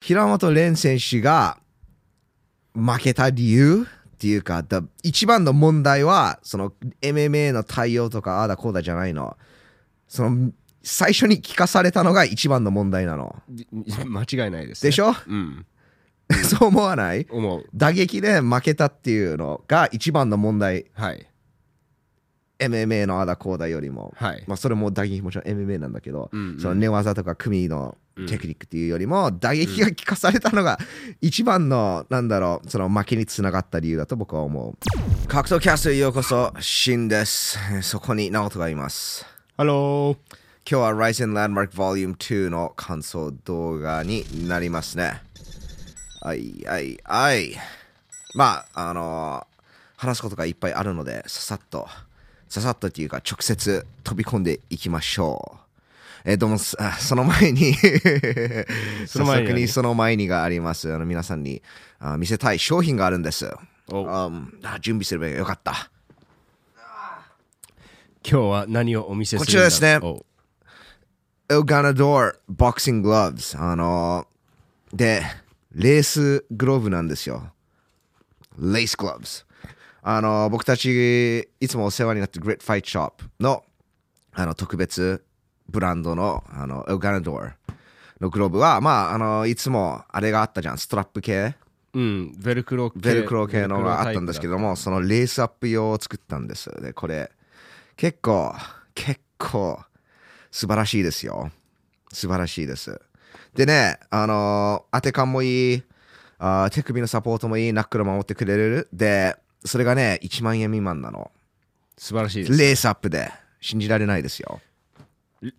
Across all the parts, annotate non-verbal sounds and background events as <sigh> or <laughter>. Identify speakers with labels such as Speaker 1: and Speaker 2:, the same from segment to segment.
Speaker 1: 平本蓮選手が負けた理由っていうか、だ一番の問題は、その MMA の対応とか、ああだこうだじゃないの。その、最初に聞かされたのが一番の問題なの。
Speaker 2: <laughs> 間違いないです、ね、
Speaker 1: でしょ
Speaker 2: うん
Speaker 1: <laughs> そう思わない
Speaker 2: 思う
Speaker 1: 打撃で負けたっていうのが一番の問題。
Speaker 2: はい
Speaker 1: MMA のああだこうだよりも。
Speaker 2: はい
Speaker 1: まあ、それも打撃もちろん MMA なんだけど、
Speaker 2: うんうん
Speaker 1: その寝技とか組のテクニックっていうよりも、打撃
Speaker 2: う
Speaker 1: が効かされたのが一番の、なんだろう、その負けにつながった理由だと僕は思う。格闘キャストへようこそ、シンです。そこに直人がいます。
Speaker 2: ハロー
Speaker 1: 今日は Ryzen Landmark Volume 2の感想動画になりますね。はいはいはい。まあ、あのー話すことがいっぱいあるので、ささっと、ささっとっていうか直接飛び込んでいきましょう。えーどうも、あその前
Speaker 2: <laughs>
Speaker 1: に早
Speaker 2: の前に
Speaker 1: 速にその前にがあります。あの皆さんにあ見せたい商品があるんです。
Speaker 2: お
Speaker 1: あうんあ準備すればよかった。
Speaker 2: 今日は何をお見せするんだ
Speaker 1: こちらですね
Speaker 2: お
Speaker 1: o g a n a d o r Boxing Gloves あのーでレースグローブなんですよレースグローブあのー僕たちいつもお世話になってる Great Fight Shop のあの特別ブランドのあの o g a n a d o r のグローブはまああのーいつもあれがあったじゃんストラップ系
Speaker 2: うんベルクロ系
Speaker 1: ベルクロ系のがあったんですけ
Speaker 2: ど
Speaker 1: どもそのレースアップ用を作ったんですでこれ結構結構素晴らしいですよ素晴らしいですでねあのー当て感もいいあー手首のサポートもいいナックル守ってくれるでそれがね1万円未満なの
Speaker 2: 素晴らしいです
Speaker 1: レースアップで信じられないですよ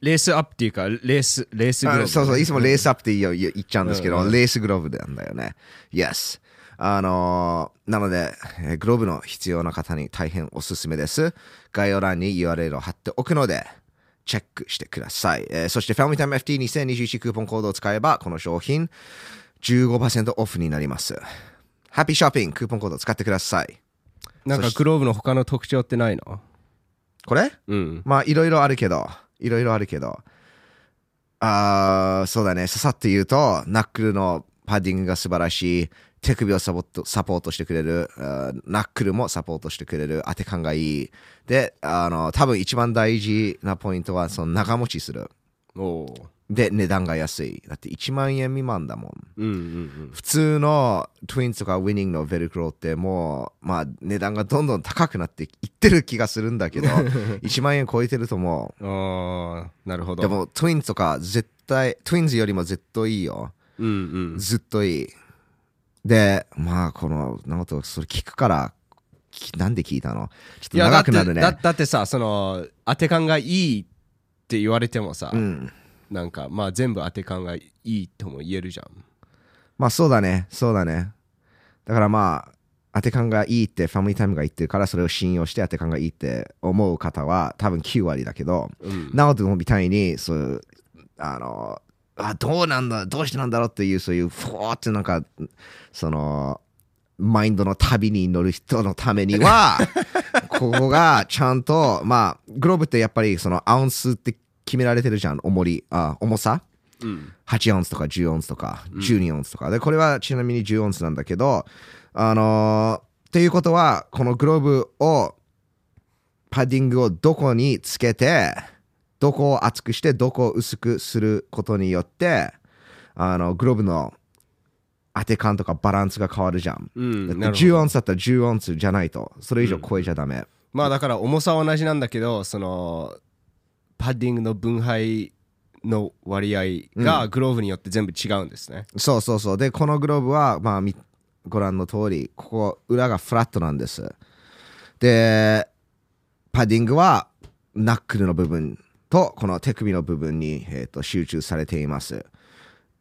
Speaker 2: レースアップっていうかレースレースグローブ
Speaker 1: あそうそう、いつもレースアップって言う言う言っちゃうんですけど、
Speaker 2: うんうん
Speaker 1: レースグローブなんだよね。Yes。あのーなので、えーグローブの必要な方に大変おすすめです。概要欄に URL を貼っておくので、チェックしてください。えーそして、ファミリータイム FT2021 クーポンコードを使えば、この商品15%オフになります。ハッピーショッピング、クーポンコードを使ってください。
Speaker 2: なんかグローブの他の特徴ってないの
Speaker 1: これ
Speaker 2: うん
Speaker 1: まあいろいろあるけど、いろいろあるけど、あーそうだね、ささって言うと、ナックルのパッディングが素晴らしい、手首をサポートサポートしてくれる、あーナックルもサポートしてくれる、当て感がいい。で、あの、多分一番大事なポイントは、その長持ちする。
Speaker 2: おお
Speaker 1: で、値段が安い。だって1万円未満だもん。
Speaker 2: うんうんうん
Speaker 1: 普通のトゥインズとかウィニングのベルクロってもうまあ値段がどんどん高くなっていってる気がするんだけど1万円超えてるともう
Speaker 2: ああなるほど
Speaker 1: でもトゥインズとか絶対トゥインズよりもずっといいよ
Speaker 2: うんうん
Speaker 1: ずっといいでまあこの直人それ聞くからきなんで聞いたのちょっと
Speaker 2: いやだ
Speaker 1: 長
Speaker 2: って
Speaker 1: くなる
Speaker 2: だ
Speaker 1: ね
Speaker 2: だってさその当て感がいいって言われてもさ、
Speaker 1: うん
Speaker 2: なんかまあ全部当て感がいいとも言えるじゃん
Speaker 1: まあそうだねそうだねだからまあ当て感がいいってファミリータイムが言ってるからそれを信用して当て感がいいって思う方は多分9割だけど
Speaker 2: うん
Speaker 1: 直人のみたいにそうあのあどうなんだどうしてなんだろうっていうそういうふわーってなんかそのマインドの旅に乗る人のために
Speaker 2: <laughs>
Speaker 1: はここがちゃんとまあグローブってやっぱりそのアウンスって決められてるじゃん重りあ重さ
Speaker 2: うん
Speaker 1: 8オンスとか10オンスとか12オンスとか、でこれはちなみに10オンスなんだけどあのーっていうことはこのグローブをパッディングをどこにつけてどこを厚くしてどこを薄くすることによってあのグローブの当て感とかバランスが変わるじゃん、
Speaker 2: うん、なるほ
Speaker 1: 10
Speaker 2: ど
Speaker 1: オンスだったら10オンスじゃないとそれ以上超えちゃダメ、
Speaker 2: まあだから重さは同じなんだけどそのパッディングの分配の割合がグローブによって全部違うんですね、
Speaker 1: そうそうそう。で、このグローブは、まあ、みご覧の通り、ここ、裏がフラットなんです。で、パッディングは、ナックルの部分と、この手首の部分に、えー、と集中されています。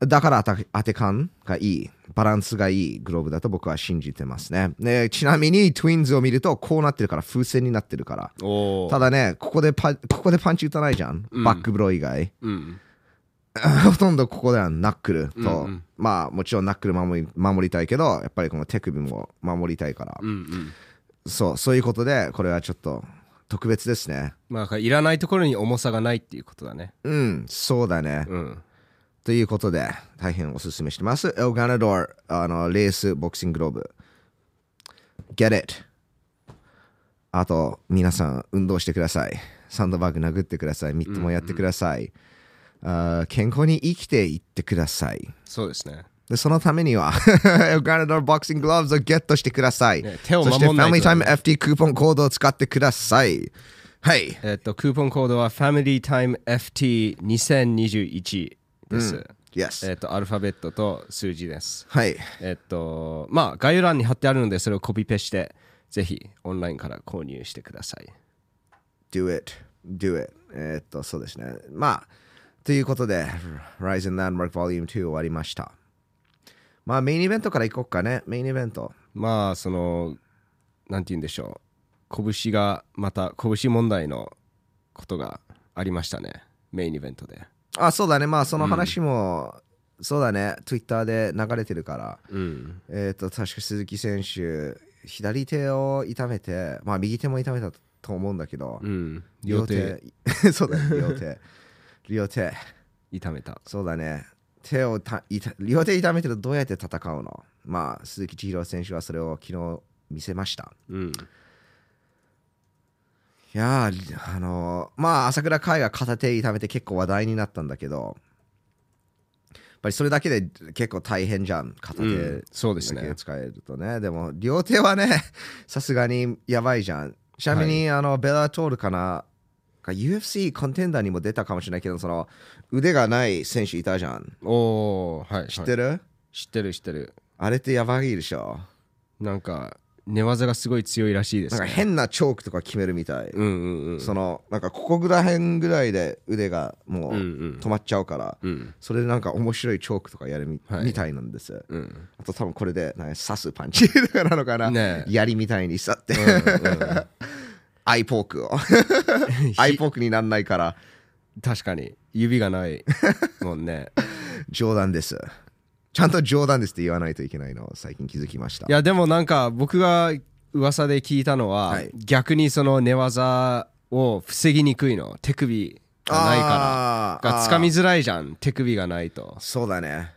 Speaker 1: だから当て当て感がいい、バランスがいいグローブだと僕は信じてますね。でちなみに、トゥインズを見ると、こうなってるから、風船になってるから。
Speaker 2: おお
Speaker 1: ただね、ここでパンここでパンチ打たないじゃん、
Speaker 2: うん
Speaker 1: バックブロー以外。
Speaker 2: うん
Speaker 1: <laughs> ほとんどここではナックルと、
Speaker 2: うんうん
Speaker 1: まあもちろんナックル守り守りたいけどやっぱりこの手首も守りたいから、
Speaker 2: うんうん
Speaker 1: そうそういうことでこれはちょっと特別ですね
Speaker 2: まあだからいらないところに重さがないっていうことだね
Speaker 1: うんそうだね、
Speaker 2: うん
Speaker 1: ということで、大変おすすめしてます。エルガナドー、あの、レース、ボクシンググローブ。Get it! あと、皆さん、運動してください。サンドバッグ殴ってください。ミットもやってください。あー健康に生きていってください。
Speaker 2: そうですね
Speaker 1: で、そのためには、 <laughs> エルガナドーボクシンググローブをゲットしてください。
Speaker 2: ね手を
Speaker 1: そ
Speaker 2: 守
Speaker 1: し
Speaker 2: ん
Speaker 1: て、
Speaker 2: な
Speaker 1: ファ
Speaker 2: いと
Speaker 1: ミリータイム FT クーポンコードを使ってください。はい。
Speaker 2: えっとクーポンコードは FamilyTimeFT2021 です、
Speaker 1: Yes.
Speaker 2: えっとアルファベットと数字です
Speaker 1: はい。
Speaker 2: えっとまあ概要欄に貼ってあるのでそれをコピペしてぜひオンラインから購入してください
Speaker 1: Do it. Do it. えーっと、そうですね。まあ、ということで、Rise and Landmark Volume 2終わりました。まあ、メインイベントから行こうかね。メインイベント。
Speaker 2: まあそのなんて言うんでしょう拳がまた拳問題のことがありましたねメインイベントで
Speaker 1: あ、そうだね。まあ、その話も、そうだね。Twitter で流れてるから。
Speaker 2: うん
Speaker 1: えーっと、確か鈴木選手、左手を痛めて、まあ、右手も痛めたと思うんだけど、
Speaker 2: うん両手
Speaker 1: <laughs> そうだね。両手。両手。
Speaker 2: 痛めた
Speaker 1: そうだね。手をたいた両手痛めてるとどうやって戦うのまあ、鈴木千尋選手はそれを昨日見せました。
Speaker 2: うん
Speaker 1: いやー、りあのーまあ、朝倉海が片手痛めて結構話題になったんだけど、やっぱりそれだけで結構大変じゃん、片手だ
Speaker 2: うんそうですね
Speaker 1: け使えるとね。でも、両手はね、 <laughs> さすがにやばいじゃん。ちなみに、あの、ベラトールかな、か UFC コンテンダーにも出たかもしれないけど、その、腕がない選手いたじゃん。
Speaker 2: おおはい
Speaker 1: 知っ
Speaker 2: は
Speaker 1: て
Speaker 2: い
Speaker 1: る、
Speaker 2: 知ってる知ってる
Speaker 1: あれってやばいでしょ
Speaker 2: なんか寝技がすごい強いらしい
Speaker 1: な
Speaker 2: で
Speaker 1: ん
Speaker 2: す
Speaker 1: か
Speaker 2: ね
Speaker 1: 変なチョークとか決めるみたい、
Speaker 2: うんうんうん
Speaker 1: そのなんかここぐらへんぐらいで腕がもう
Speaker 2: うんうん
Speaker 1: 止まっちゃうから、
Speaker 2: うん
Speaker 1: それでなんか面白いチョークとかやるみ,、
Speaker 2: はい
Speaker 1: たいなんですよ
Speaker 2: うん
Speaker 1: あと多分これでなんか刺すパンチ <laughs> とかなのかな、
Speaker 2: ねえ
Speaker 1: 槍みたいに刺って、 <laughs> アイポー
Speaker 2: <laughs>
Speaker 1: クをアイポークになんないから
Speaker 2: 確かに指がないもんね
Speaker 1: 冗談ですちゃんと冗談ですって言わないといけないのを最近気づきました
Speaker 2: いやでもなんか僕が噂で聞いたのは、
Speaker 1: はい
Speaker 2: 逆にその寝技を防ぎにくいの手首がないから
Speaker 1: あー
Speaker 2: が掴みづらいじゃん手首がないと
Speaker 1: そうだね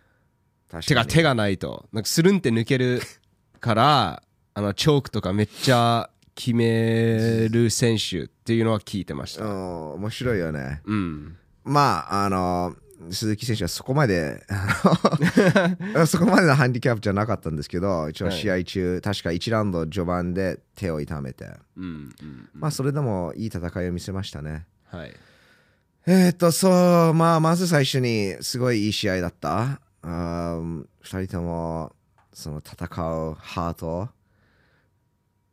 Speaker 1: 確
Speaker 2: てか手がないとなんかスルンって抜けるからあのチョークとかめっちゃ決める選手っていうのは聞いてまし
Speaker 1: う
Speaker 2: た
Speaker 1: ん面白いよね
Speaker 2: うん
Speaker 1: まあ、あの、鈴木選手はそこまで、あ <laughs> のそこまでのハンディキャップじゃなかったんですけど、一応
Speaker 2: はい
Speaker 1: 試合中、確か1ラウンド序盤で手を痛めて、
Speaker 2: うんうん
Speaker 1: まあ、それでもいい戦いを見せましたね。
Speaker 2: はい
Speaker 1: えーっと、そう、まあ、まず最初に、すごいいい試合だった。あー2人とも、その戦うハート、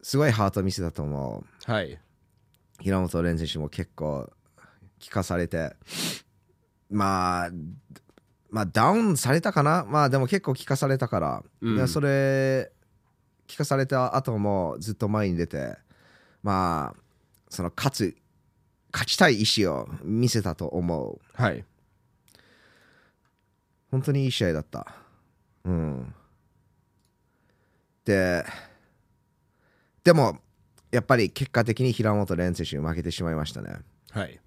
Speaker 1: すごいハート見せたと思う。
Speaker 2: はい
Speaker 1: 平本蓮選手も結構聞かされてまあまあダウンされたかなまあでも結構聞かされたから、
Speaker 2: うん
Speaker 1: でそれ聞かされた後もずっと前に出てまあその勝つ勝ちたい意思を見せたと思う
Speaker 2: はい
Speaker 1: 本当にいい試合だったうんででもやっぱり結果的に平本蓮選手に負けてしまいましたね
Speaker 2: はい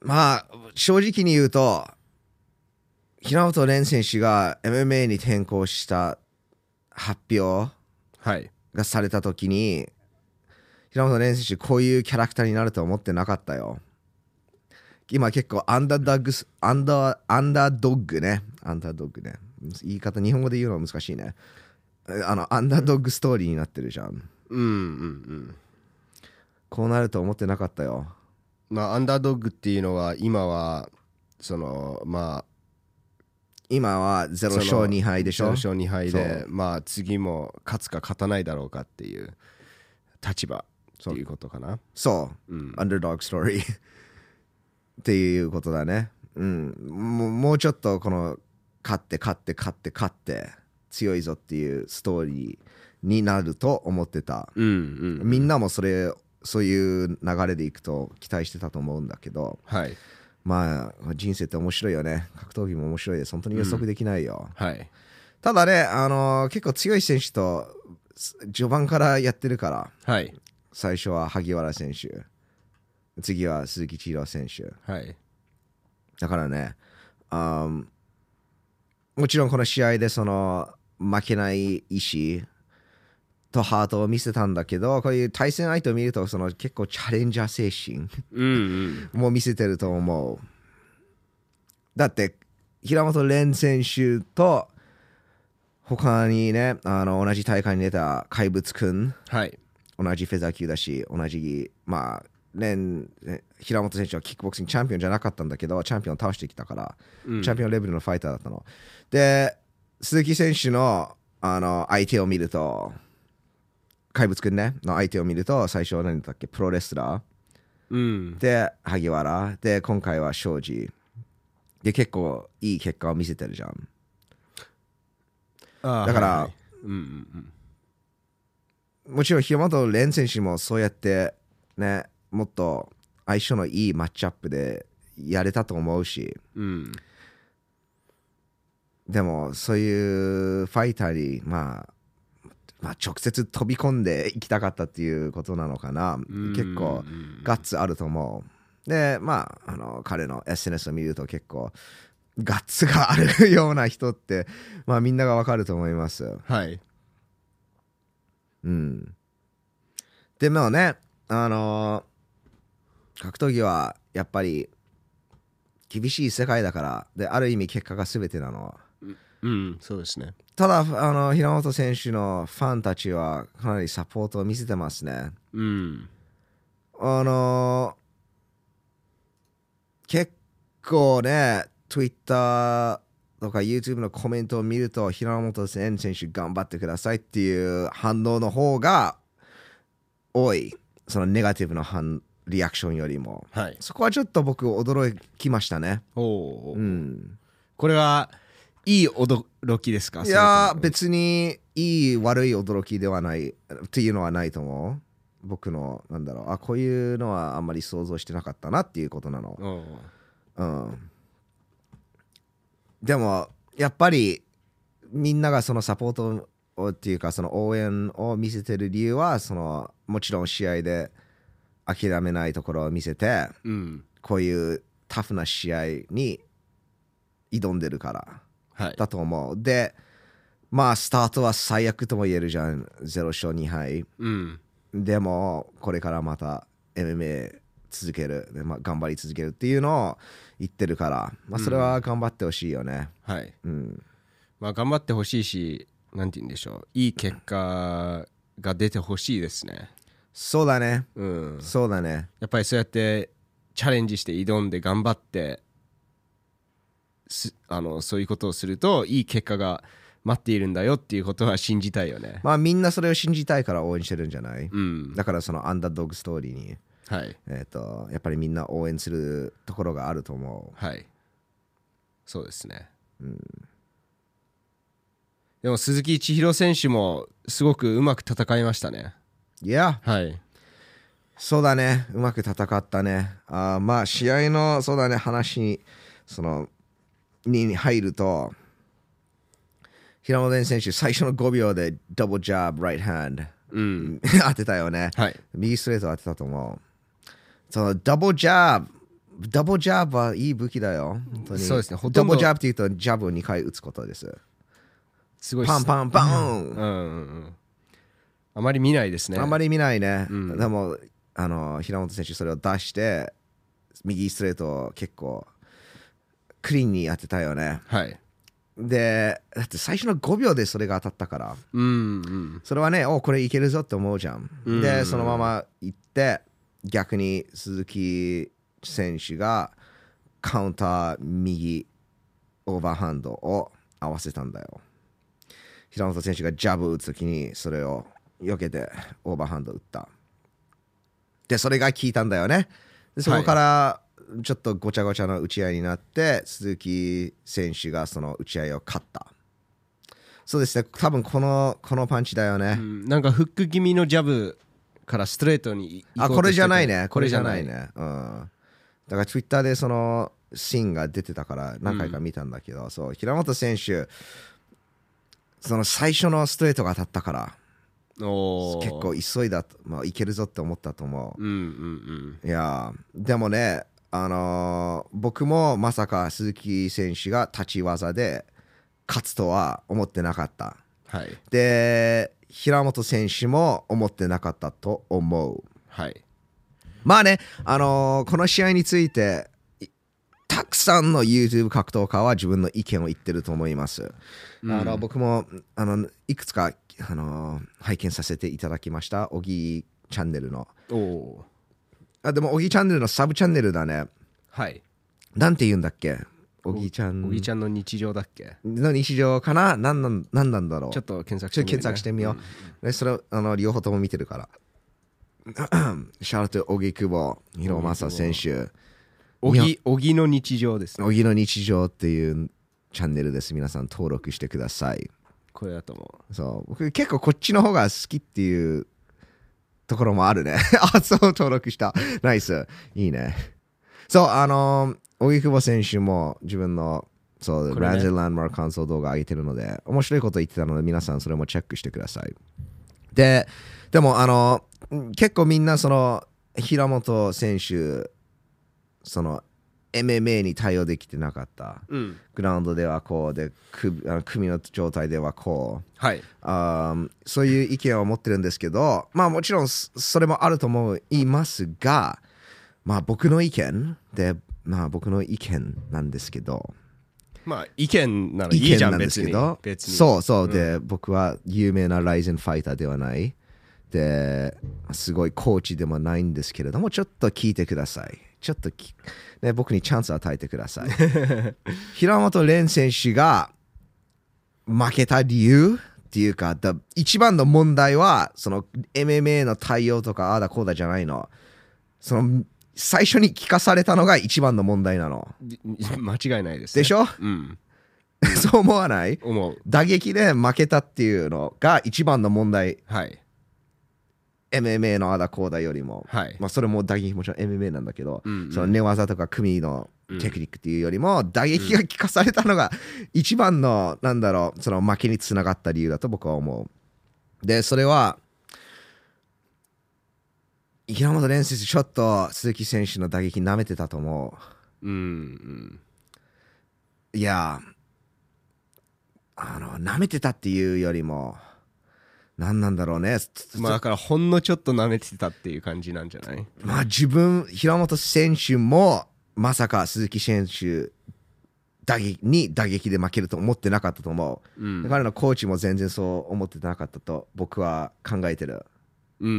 Speaker 1: まあ正直に言うと平本蓮選手が MMA に転向した発表
Speaker 2: はい
Speaker 1: がされた時に平本蓮選手こういうキャラクターになると思ってなかったよ今結構アンダーダッグスアンダーアンダードッグねアンダードッグね言い方日本語で言うのは難しいねあのアンダードッグストーリーになってるじゃん
Speaker 2: うんうんうん
Speaker 1: こうなると思ってなかったよ
Speaker 2: まあアンダードッグっていうのは今はそのまあ
Speaker 1: 今は0
Speaker 2: その
Speaker 1: 勝2敗でし
Speaker 2: 0
Speaker 1: ょ
Speaker 2: 勝2敗
Speaker 1: そ
Speaker 2: でまあ次も勝つか勝たないだろうかっていう立場っていうことかな
Speaker 1: そう
Speaker 2: うん
Speaker 1: アンダードッグストーリー <laughs> っていうことだね。うん、もうもうちょっとこの勝って勝って勝って勝って強いぞっていうストーリーになると思ってた。
Speaker 2: うんうん
Speaker 1: みんなもそれそういう流れでいくと期待してたと思うんだけど
Speaker 2: はい
Speaker 1: まあ人生って面白いよね格闘技も面白いです本当に予測できないよ、
Speaker 2: はい
Speaker 1: ただねあのー結構強い選手とす序盤からやってるから
Speaker 2: はい
Speaker 1: 最初は萩原選手次は鈴木千尋選手
Speaker 2: はい
Speaker 1: だからね、あーもちろんこの試合でその負けない意志とハートを見せたんだけど、こういう対戦相手を見るとその結構チャレンジャー精神
Speaker 2: うんうん
Speaker 1: もう見せてると思う。だって、平本蓮選手と、他にね、あの、同じ大会に出た怪物くん、
Speaker 2: はい
Speaker 1: 同じフェザー級だし、同じ、まあ、蓮、ね平本選手はキックボクシングチャンピオンじゃなかったんだけど、チャンピオンを倒してきたから、チャンピオンレベルのファイターだったの。で、鈴木選手の、あの、相手を見ると、怪物くんね、の相手を見ると、最初は何だったっけ、プロレスラー。
Speaker 2: うん
Speaker 1: で萩原で今回は庄司で結構いい結果を見せてるじゃん
Speaker 2: だ
Speaker 1: だから
Speaker 2: うんうん
Speaker 1: もちろん平本蓮選手もそうやってねもっと相性のいいマッチアップでやれたと思うし
Speaker 2: うんうん
Speaker 1: でもそういうファイターにまあまあ直接飛び込んでいきたかったっていうことなのかな結構ガッツあると思うでまああの彼の SNS を見ると結構ガッツがあるような人ってまあみんながわかると思います
Speaker 2: はい
Speaker 1: うんでもねあのー格闘技はやっぱり厳しい世界だからである意味結果が全てなの
Speaker 2: うんそうですね
Speaker 1: ただあの平本選手のファンたちはかなりサポートを見せてますね
Speaker 2: うん
Speaker 1: あのー結構ね、Twitter とか YouTube のコメントを見ると、平本選手頑張ってくださいっていう反応の方が多い。そのネガティブな反リアクションよりも。
Speaker 2: はい
Speaker 1: そこはちょっと僕驚きましたね。
Speaker 2: おお
Speaker 1: うん、
Speaker 2: これはいい驚きですか
Speaker 1: いやー
Speaker 2: それとも
Speaker 1: 別にいい悪い驚きではないっていうのはないと思う。僕のなんだろうあこういうのはあんまり想像してなかったなっていうことなの。
Speaker 2: おう
Speaker 1: うん、でもやっぱりみんながそのサポートをっていうかその応援を見せてる理由はそのもちろん試合で諦めないところを見せて
Speaker 2: うん
Speaker 1: こういうタフな試合に挑んでるから
Speaker 2: はい
Speaker 1: だと思うでまあスタートは最悪とも言えるじゃん0勝2敗
Speaker 2: うん
Speaker 1: でもこれからまた MMA 続けるで、まあ、頑張り続けるっていうのを言ってるから、まあ、それは頑張ってほしいよね、
Speaker 2: はい
Speaker 1: うん
Speaker 2: まあ頑張ってほしいしなんて言うんでしょういい結果が出てほしいですね
Speaker 1: そうだね
Speaker 2: うん
Speaker 1: そうだね
Speaker 2: やっぱりそうやってチャレンジして挑んで頑張ってすあのそういうことをするといい結果が待っているんだよっていうことは信じたいよね。
Speaker 1: まあみんなそれを信じたいから応援してるんじゃない
Speaker 2: うん、
Speaker 1: だからそのアンダードッグストーリーに、
Speaker 2: はい
Speaker 1: えー、とやっぱりみんな応援するところがあると思
Speaker 2: はいそうですね。でも鈴木千尋選手もすごくうまく戦いましたね。
Speaker 1: ういや
Speaker 2: はい
Speaker 1: そうだねうまく戦ったねあーまあ試合のそうだね話にそのに入ると平本蓮選手最初の5秒でダブルジャブ、ライトハンド
Speaker 2: うん
Speaker 1: <laughs> 当てたよね
Speaker 2: はい
Speaker 1: 右ストレート当てたと思うそのダブルジャブダブルジャブはいい武器だよ本当に
Speaker 2: そうですねほと
Speaker 1: ダ
Speaker 2: んど
Speaker 1: ブルジャブっていうとジャブを2回打つことです
Speaker 2: すごいっす
Speaker 1: パンパンパン、
Speaker 2: うんうんうんあまり見ないですね。
Speaker 1: あんまり見ないね、
Speaker 2: うん
Speaker 1: でもあの平本選手それを出して右ストレートを結構クリーンに当てたよね
Speaker 2: はい
Speaker 1: でだって最初の5秒でそれが当たったから
Speaker 2: うんうん
Speaker 1: それはねおこれいけるぞって思うじゃん、
Speaker 2: うん
Speaker 1: でそのまま行って逆に鈴木選手がカウンター右オーバーハンドを合わせたんだよ平本選手がジャブ打つ時にそれを避けてオーバーハンド打ったでそれが効いたんだよねでそこからちょっとごちゃごちゃの打ち合いになって鈴木選手がその打ち合いを勝ったそうですね多分このこのパンチだよね、
Speaker 2: うんなんかフック気味のジャブからストレートに行
Speaker 1: あ
Speaker 2: こ
Speaker 1: こ
Speaker 2: うとしてた
Speaker 1: れじゃないねこれじゃないねうんだからツイッターでそのシーンが出てたから何回か見たんだけど、そう平本選手その最初のストレートが当たったから
Speaker 2: おー
Speaker 1: 結構急いだと、まあ、いけるぞって思ったと思う、
Speaker 2: うんうん
Speaker 1: いやーでもねあのー僕もまさか鈴木選手が立ち技で勝つとは思ってなかった
Speaker 2: はい
Speaker 1: で平本選手も思ってなかったと思う
Speaker 2: はい
Speaker 1: まあね、あのーこの試合についていたくさんの YouTube 格闘家は自分の意見を言ってると思います、あの僕もあのいくつか、あのー拝見させていただきました小木チャンネルの
Speaker 2: おお
Speaker 1: あでも小木チャンネルのサブチャンネルだね
Speaker 2: はい
Speaker 1: なんて言うんだっけ小木ちゃ
Speaker 2: おぎ
Speaker 1: ん
Speaker 2: ちゃんの日常だっけ
Speaker 1: の日常かな何なんなんなんだろう
Speaker 2: ちょっと検索
Speaker 1: ちょっと
Speaker 2: してみるね
Speaker 1: 検索してみよう。でそれをあの両方とも見てるから。 <clears throat> シャールト、荻久保、広正選手、
Speaker 2: おぎおぎの日常ですね
Speaker 1: 荻の日常っていうチャンネルです。皆さん登録してください。
Speaker 2: これだと思
Speaker 1: そう僕結構こっちの方が好きっていうところもあるね。 <laughs> あ、そう、登録した。ナイス。いいね。そう、あのー、荻久保選手も自分のそう、
Speaker 2: これ
Speaker 1: ラ
Speaker 2: ね
Speaker 1: ンジェランマーク感想動画上げてるので、面白いこと言ってたので、皆さんそれもチェックしてください。で、でも、あのー結構みんな、その、平本選手、その、MMA に対応できてなかった。
Speaker 2: ううん
Speaker 1: グラウンドではこうで、首あの組の状態ではこう。
Speaker 2: はい
Speaker 1: あーそういう意見を持ってるんですけどまあもちろんそそれもあると思いますがまあ僕の意見でまあ僕の意見なんですけど
Speaker 2: まあ意見ならいい
Speaker 1: 意見
Speaker 2: じゃ
Speaker 1: なんんで
Speaker 2: 別
Speaker 1: すけ
Speaker 2: に
Speaker 1: ど
Speaker 2: 別に
Speaker 1: そうそうで、僕は有名なライゼンファイターではないですごいコーチでもないんですけれどもちょっと聞いてくださいちょっとき、ね、僕にチャンス与えてくだ
Speaker 2: <laughs>
Speaker 1: さい平本蓮選手が負けた理由っていうかだ一番の問題はその MMA の対応とかああだこうだじゃないのその最初に聞かされたのが一番の問題なの
Speaker 2: で <laughs> 間違いないですね
Speaker 1: でしょ
Speaker 2: うん
Speaker 1: <laughs> そう思わない
Speaker 2: 思う
Speaker 1: 打撃で負けたっていうのが一番の問題
Speaker 2: はい
Speaker 1: MMA のあだこうだよりも、
Speaker 2: はい
Speaker 1: まあ、それも打撃もちろん MMA なんだけど、
Speaker 2: うんうん
Speaker 1: その寝技とか組のテクニックっていうよりも、打撃が効かされたのが一番のなんだろうその負けにつながった理由だと僕は思うでそれは平本蓮選手ちょっと鈴木選手の打撃舐めてたと思う
Speaker 2: うんうん
Speaker 1: いやあの舐めてたっていうよりも何なんだろうね、つ
Speaker 2: まあだからほんのちょっと舐めてたっていう感じなんじゃない
Speaker 1: まあ自分平本選手もまさか鈴木選手打撃に打撃で負けると思ってなかったと思
Speaker 2: う
Speaker 1: う、
Speaker 2: んうん
Speaker 1: 彼のコーチも全然そう思ってなかったと僕は考えてる
Speaker 2: うんう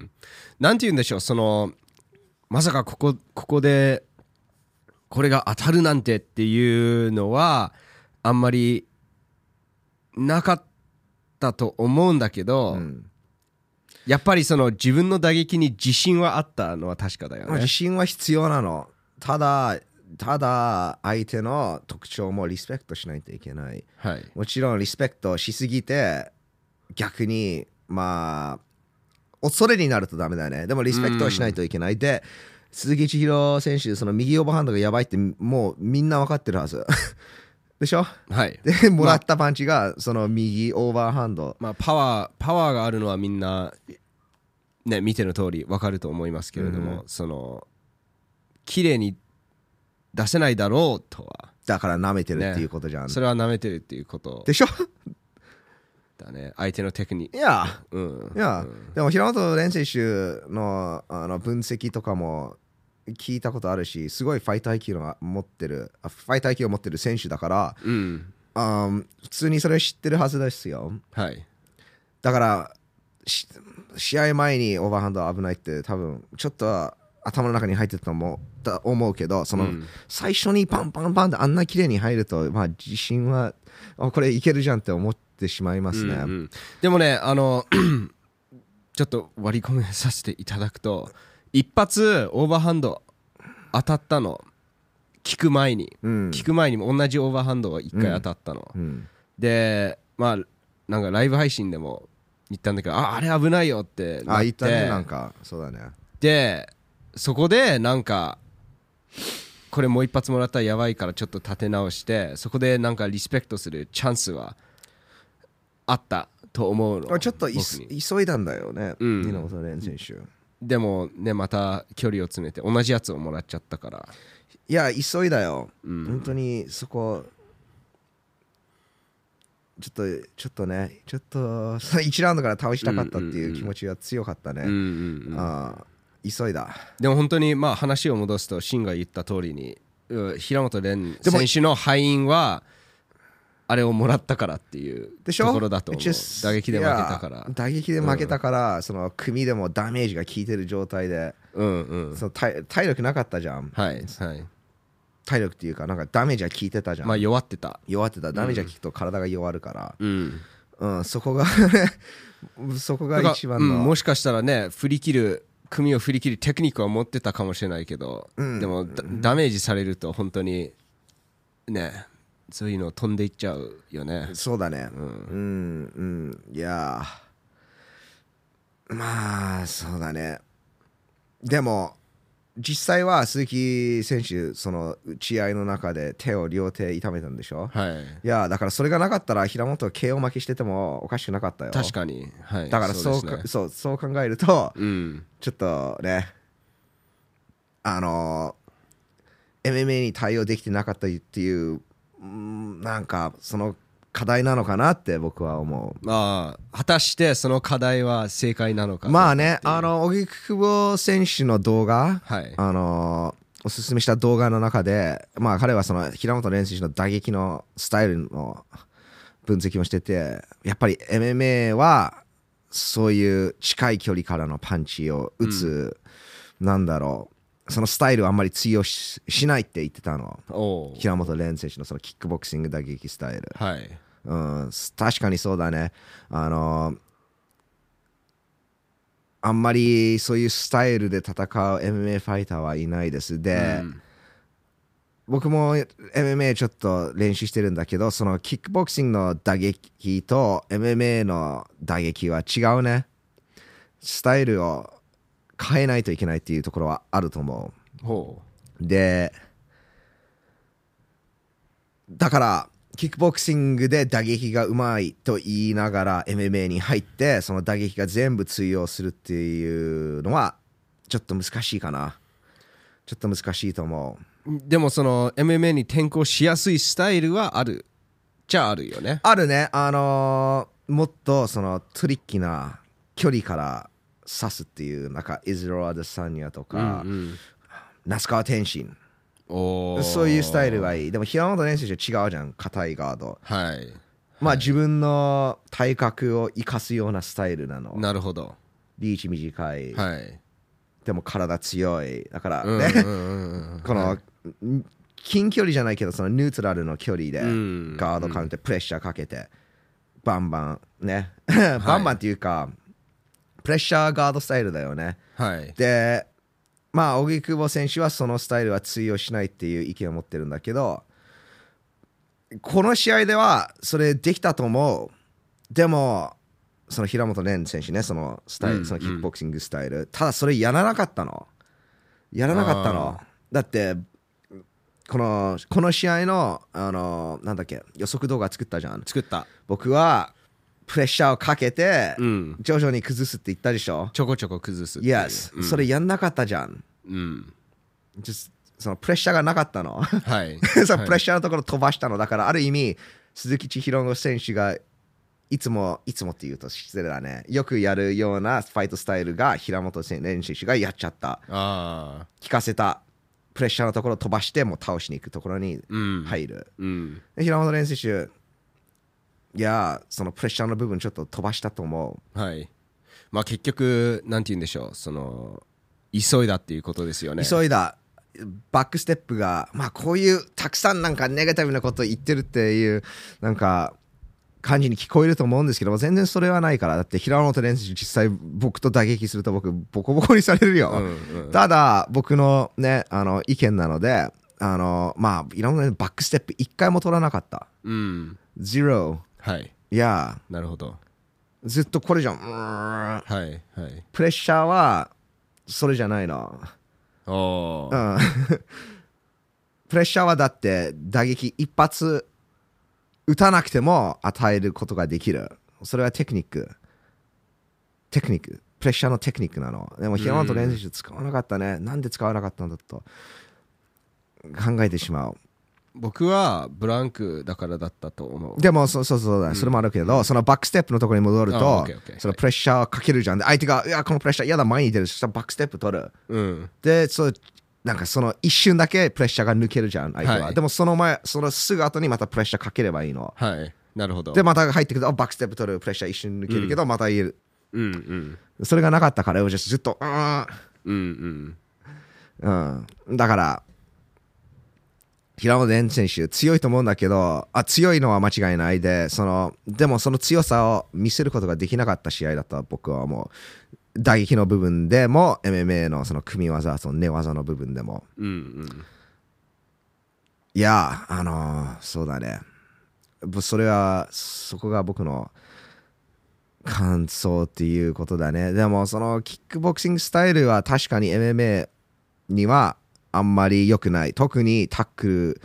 Speaker 2: んなんて言うんでしょうそのまさかここここでこれが当たるなんてっていうのはあんまりなかったと思うんだけど、
Speaker 1: うん
Speaker 2: やっぱりその自分の打撃に自信はあったのは確かだよ
Speaker 1: まあ
Speaker 2: ね
Speaker 1: 自信は必要なのただただ相手の特徴もリスペクトしないといけない
Speaker 2: はい
Speaker 1: もちろんリスペクトしすぎて逆にまあ恐れになるとダメだよねでもリスペクトはしないといけないで鈴木千尋選手その右オーバーハンドがやばいってもうみんな分かってるはず <laughs> でしょ
Speaker 2: はい
Speaker 1: でもらったパンチがその右オーバーハンド
Speaker 2: まあパワーパワーがあるのはみんなね見ての通りわかると思いますけれども、その綺麗に出せないだろうとは
Speaker 1: だから舐めてる
Speaker 2: ね
Speaker 1: っていうことじゃん、
Speaker 2: それは舐めてるっていうこと
Speaker 1: でしょ
Speaker 2: だね相手のテクニッ
Speaker 1: い
Speaker 2: ク
Speaker 1: や
Speaker 2: うん
Speaker 1: いや、
Speaker 2: うん
Speaker 1: でも平本蓮選手のあの分析とかも聞いたことあるしすごいファイター IQ の持ってるあファイター IQ を持ってる選手だから、
Speaker 2: うん
Speaker 1: あー普通にそれ知ってるはずですよ
Speaker 2: はい
Speaker 1: だからし試合前にオーバーハンドは危ないって多分ちょっとは頭の中に入ってたと思うだ思うけどその、
Speaker 2: うん
Speaker 1: 最初にパンパンパンってあんな綺麗に入ると、まあ、自信はあこれいけるじゃんって思ってしまいますね、
Speaker 2: うんうんでもねあの <clears throat> ちょっと割り込めさせていただくと一発オーバーハンド当たったの聞く前に、
Speaker 1: うん
Speaker 2: 聞く前にも同じオーバーハンドが1回当たったの、
Speaker 1: うん
Speaker 2: でまあなんかライブ配信でも言ったんだけどああれ危ないよってな
Speaker 1: あ
Speaker 2: って
Speaker 1: 言ったねなんかそうだね
Speaker 2: でそこでなんかこれもう一発もらったらやばいからちょっと立て直してそこでなんかリスペクトするチャンスはあったと思うの
Speaker 1: ちょっとい
Speaker 2: 僕に
Speaker 1: 急いだんだよね
Speaker 2: うん
Speaker 1: 平本蓮選手
Speaker 2: でもねまた距離を詰めて同じやつをもらっちゃったから
Speaker 1: いや急いだよ、
Speaker 2: うん
Speaker 1: 本当にそこちょっとちょっとねちょっとその1ラウンドから倒したかったっていう気持ちは強かったね、
Speaker 2: うんうんうん
Speaker 1: ああ急いだ
Speaker 2: でも本当にまあ話を戻すとシンが言った通りにうん平本蓮
Speaker 1: でも
Speaker 2: 選手の敗因はあれをもらったからっていう
Speaker 1: でしょ
Speaker 2: ところだと思う
Speaker 1: It's just-
Speaker 2: 打撃で負けたか
Speaker 1: い
Speaker 2: ら
Speaker 1: や打撃で負けたから、その組でもダメージが効いてる状態で、
Speaker 2: うんうん
Speaker 1: その体体力なかったじゃん、
Speaker 2: はいはい
Speaker 1: 体力っていうかなんかダメージが効いてたじゃん、
Speaker 2: まあ弱ってた
Speaker 1: 弱ってたダメージが効くと体が弱るから、
Speaker 2: うん
Speaker 1: うんそこがそこ
Speaker 2: だか
Speaker 1: が
Speaker 2: ら
Speaker 1: 一番の、
Speaker 2: うんもしかしたらね振り切る組を振り切るテクニックは持ってたかもしれないけど、
Speaker 1: うん
Speaker 2: でもだダメージされると本当にねそういうの飛んでいっちゃうよね
Speaker 1: そうだねうんうん、いやーまあそうだねでも実際は鈴木選手その打ち合いの中で手を両手痛めたんでしょ
Speaker 2: はい
Speaker 1: いやーだからそれがなかったら平本は KO 負けしててもおかしくなかったよ
Speaker 2: 確かに、はい、
Speaker 1: だからそう
Speaker 2: う
Speaker 1: か
Speaker 2: ですね
Speaker 1: そう,、そう考えると
Speaker 2: うん
Speaker 1: ちょっとねあのー MMA に対応できてなかったっていううんなんかその課題なのかなって僕は思
Speaker 2: まあ果たしてその課題は正解なの
Speaker 1: う
Speaker 2: か
Speaker 1: まあね
Speaker 2: あ
Speaker 1: あの荻窪選手の動画、
Speaker 2: はい
Speaker 1: あのーおすすめした動画の中で、まあ、彼はその平本蓮選手の打撃のスタイルの分析もしててやっぱり MMA はそういう近い距離からのパンチを打つ、なんだろうそのスタイルはあんまり通用ししないって言ってたの
Speaker 2: おう
Speaker 1: 平本蓮選手のそのキックボクシング打撃スタイル、
Speaker 2: はい
Speaker 1: うん、確かにそうだねあのーあんまりそういうスタイルで戦う MMA ファイターはいないですで、
Speaker 2: うん
Speaker 1: 僕も MMA ちょっと練習してるんだけどそのキックボクシングの打撃と MMA の打撃は違うねスタイルを変えないといけないっていうところはあると思
Speaker 2: ほ
Speaker 1: うでだからキックボクシングで打撃がうまいと言いながら MMA に入ってその打撃が全部通用するっていうのはちょっと難しいかなちょっと難しいと思う
Speaker 2: うでもその MMA に転向しやすいスタイルはあるじゃああるよね
Speaker 1: あるね、あのーもっとそのトリッキーな距離から刺すっていう、なんか、イズロア・デサニアとか、
Speaker 2: うん
Speaker 1: 那須川天心、
Speaker 2: うん、おう
Speaker 1: そういうスタイルがいい。でも、平本蓮選手は違うじゃん、硬いガード。
Speaker 2: はい
Speaker 1: まあ、自分の体格を生かすようなスタイルなの。
Speaker 2: なるほど
Speaker 1: リーチ短い、
Speaker 2: はい
Speaker 1: でも体強い。だから
Speaker 2: うん
Speaker 1: ね、
Speaker 2: <laughs> うんうんうん
Speaker 1: この、近距離じゃないけど、そのニュートラルの距離で。
Speaker 2: うん
Speaker 1: ガードカウントプレッシャーかけて、バンバンね <laughs> バンバンっていうか、プレッシャーガードスタイルだよね
Speaker 2: はい
Speaker 1: でまあ荻久保選手はそのスタイルは通用しないっていう意見を持ってるんだけどこの試合ではそれできたと思うでもその平本蓮選手ねそのスタイル、
Speaker 2: うん
Speaker 1: そのキックボクシングスタイルただそれやらなかったのやらなかったのだってこのこの試合のあのなんだっけ予測動画作ったじゃん
Speaker 2: 作った
Speaker 1: 僕はプレッシャーをかけて
Speaker 2: うん
Speaker 1: 徐々に崩すって言ったでしょ、
Speaker 2: ちょこちょこ崩すっていう
Speaker 1: Yes、それやんなかったじゃん
Speaker 2: うん、
Speaker 1: just そのプレッシャーがなかったの <laughs>
Speaker 2: はい
Speaker 1: そのプレッシャーのところ飛ばしたのだからある意味鈴木千尋選手がいつもいつもって言うと失礼だねよくやるようなファイトスタイルが平本選手がやっちゃった
Speaker 2: ああ
Speaker 1: 効かせたプレッシャーのところを飛ばしてもう倒しに行くところに
Speaker 2: うんい
Speaker 1: 入る、
Speaker 2: うん
Speaker 1: で平本蓮選手いやーそのプレッシャーの部分ちょっと飛ばしたと思
Speaker 2: はいまあ結局なんて言うんでしょうその急いだっていうことですよ
Speaker 1: う、
Speaker 2: ね
Speaker 1: 急いだバックステップがまあこういうたくさんなんかネガティブなこと言ってるっていうなんか感じに聞こえると思うんですけども全然それはないからだって平本蓮選手実際僕と打撃すると僕ボコボコにされるよ、
Speaker 2: うんうん
Speaker 1: ただ僕のねあの意見なのであのまあいろんなバックステップ一回も取らなかった
Speaker 2: うん
Speaker 1: ゼロ
Speaker 2: はい
Speaker 1: いや
Speaker 2: なるほど
Speaker 1: ずっとこれじゃんうーん
Speaker 2: はいはい
Speaker 1: プレッシャーはそれじゃないの
Speaker 2: お
Speaker 1: う
Speaker 2: ー
Speaker 1: んプレッシャーはだって打撃一発打たなくても与えることができるそれはテクニックテクニックプレッシャーのテクニックなのでも平本練習使わなかったね、なんで使わなかったんだと考えてしまう
Speaker 2: 僕はブランクだからだったと思う
Speaker 1: でもそうそうそうだ、それもあるけど、そのバックステップのところに戻る
Speaker 2: あオ
Speaker 1: と
Speaker 2: ッケーオッケー
Speaker 1: そのプレッシャーをかけるじゃんで相手が「いやこのプレッシャー嫌だ前に出る」そしたらバックステップ取る
Speaker 2: うん
Speaker 1: でそうなんかその一瞬だけプレッシャーが抜けるじゃん相手は、
Speaker 2: はい
Speaker 1: でもその前そのすぐ後にまたプレッシャーかければいいの
Speaker 2: はいなるほど
Speaker 1: でまた入ってくるとあバックステップ取るプレッシャー一瞬抜けるけど、また言える
Speaker 2: うんうん
Speaker 1: それがなかったからよずっとうん
Speaker 2: うんうん
Speaker 1: うん、だから、平本蓮選手、強いと思うんだけど、あ強いのは間違いないで、そのでもその強さを見せることができなかった試合だった、僕はもう、打撃の部分でも、MMA のその組み技、その寝技の部分でも。
Speaker 2: うんうん
Speaker 1: いや、あのーそうだね。ぶそれは、そこが僕の感想っていうことだね。でも、そのキックボクシングスタイルは確かに MMA にはあんまり良くない。特にタックル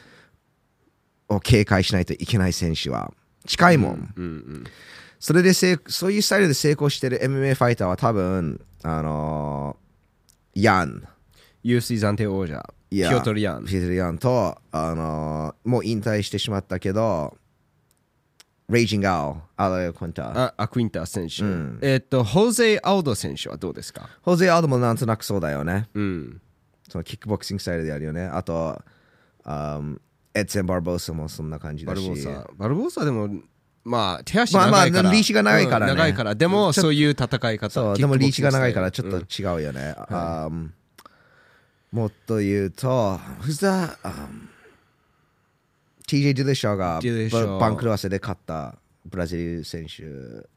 Speaker 1: を警戒しないといけない選手は。近いもん。
Speaker 2: うんうん
Speaker 1: それで成そういうスタイルで成功してる MMA ファイターは多分、あのーヤン。
Speaker 2: UFC 暫定王者
Speaker 1: い
Speaker 2: ピ
Speaker 1: や
Speaker 2: ョトリア
Speaker 1: フ
Speaker 2: ン
Speaker 1: ィズリアンと、あのーもう引退してしまったけど、レイジングアオ、アロエコンタ。
Speaker 2: あアクインター選手、
Speaker 1: うん
Speaker 2: えっとホゼ・アウド選手はどうですか
Speaker 1: ホゼ・アウドもなんとなくそうだよね。
Speaker 2: うん
Speaker 1: そのキックボクシングスタイルでやるよね。あと、あーエッツェン・バルボーサもそんな感じ
Speaker 2: バ
Speaker 1: だ
Speaker 2: ル
Speaker 1: し。
Speaker 2: ボーサバルボーサでもまあ手足
Speaker 1: ま
Speaker 2: 長
Speaker 1: あ
Speaker 2: い
Speaker 1: まあ
Speaker 2: から、まあまあ、
Speaker 1: リーチが長いからね
Speaker 2: 長いからでもそういう戦い方
Speaker 1: そう、
Speaker 2: キ
Speaker 1: で
Speaker 2: ックボ
Speaker 1: も
Speaker 2: ク
Speaker 1: リー
Speaker 2: シ
Speaker 1: チ
Speaker 2: ング
Speaker 1: が
Speaker 2: スタ
Speaker 1: 長
Speaker 2: イ
Speaker 1: いから
Speaker 2: ル
Speaker 1: ちょっと違うよね。あーもっと言うと、Who's that? あー TJ ディレシャーが
Speaker 2: Dillashaw
Speaker 1: ババンクル合わせで勝ったブラジル選手。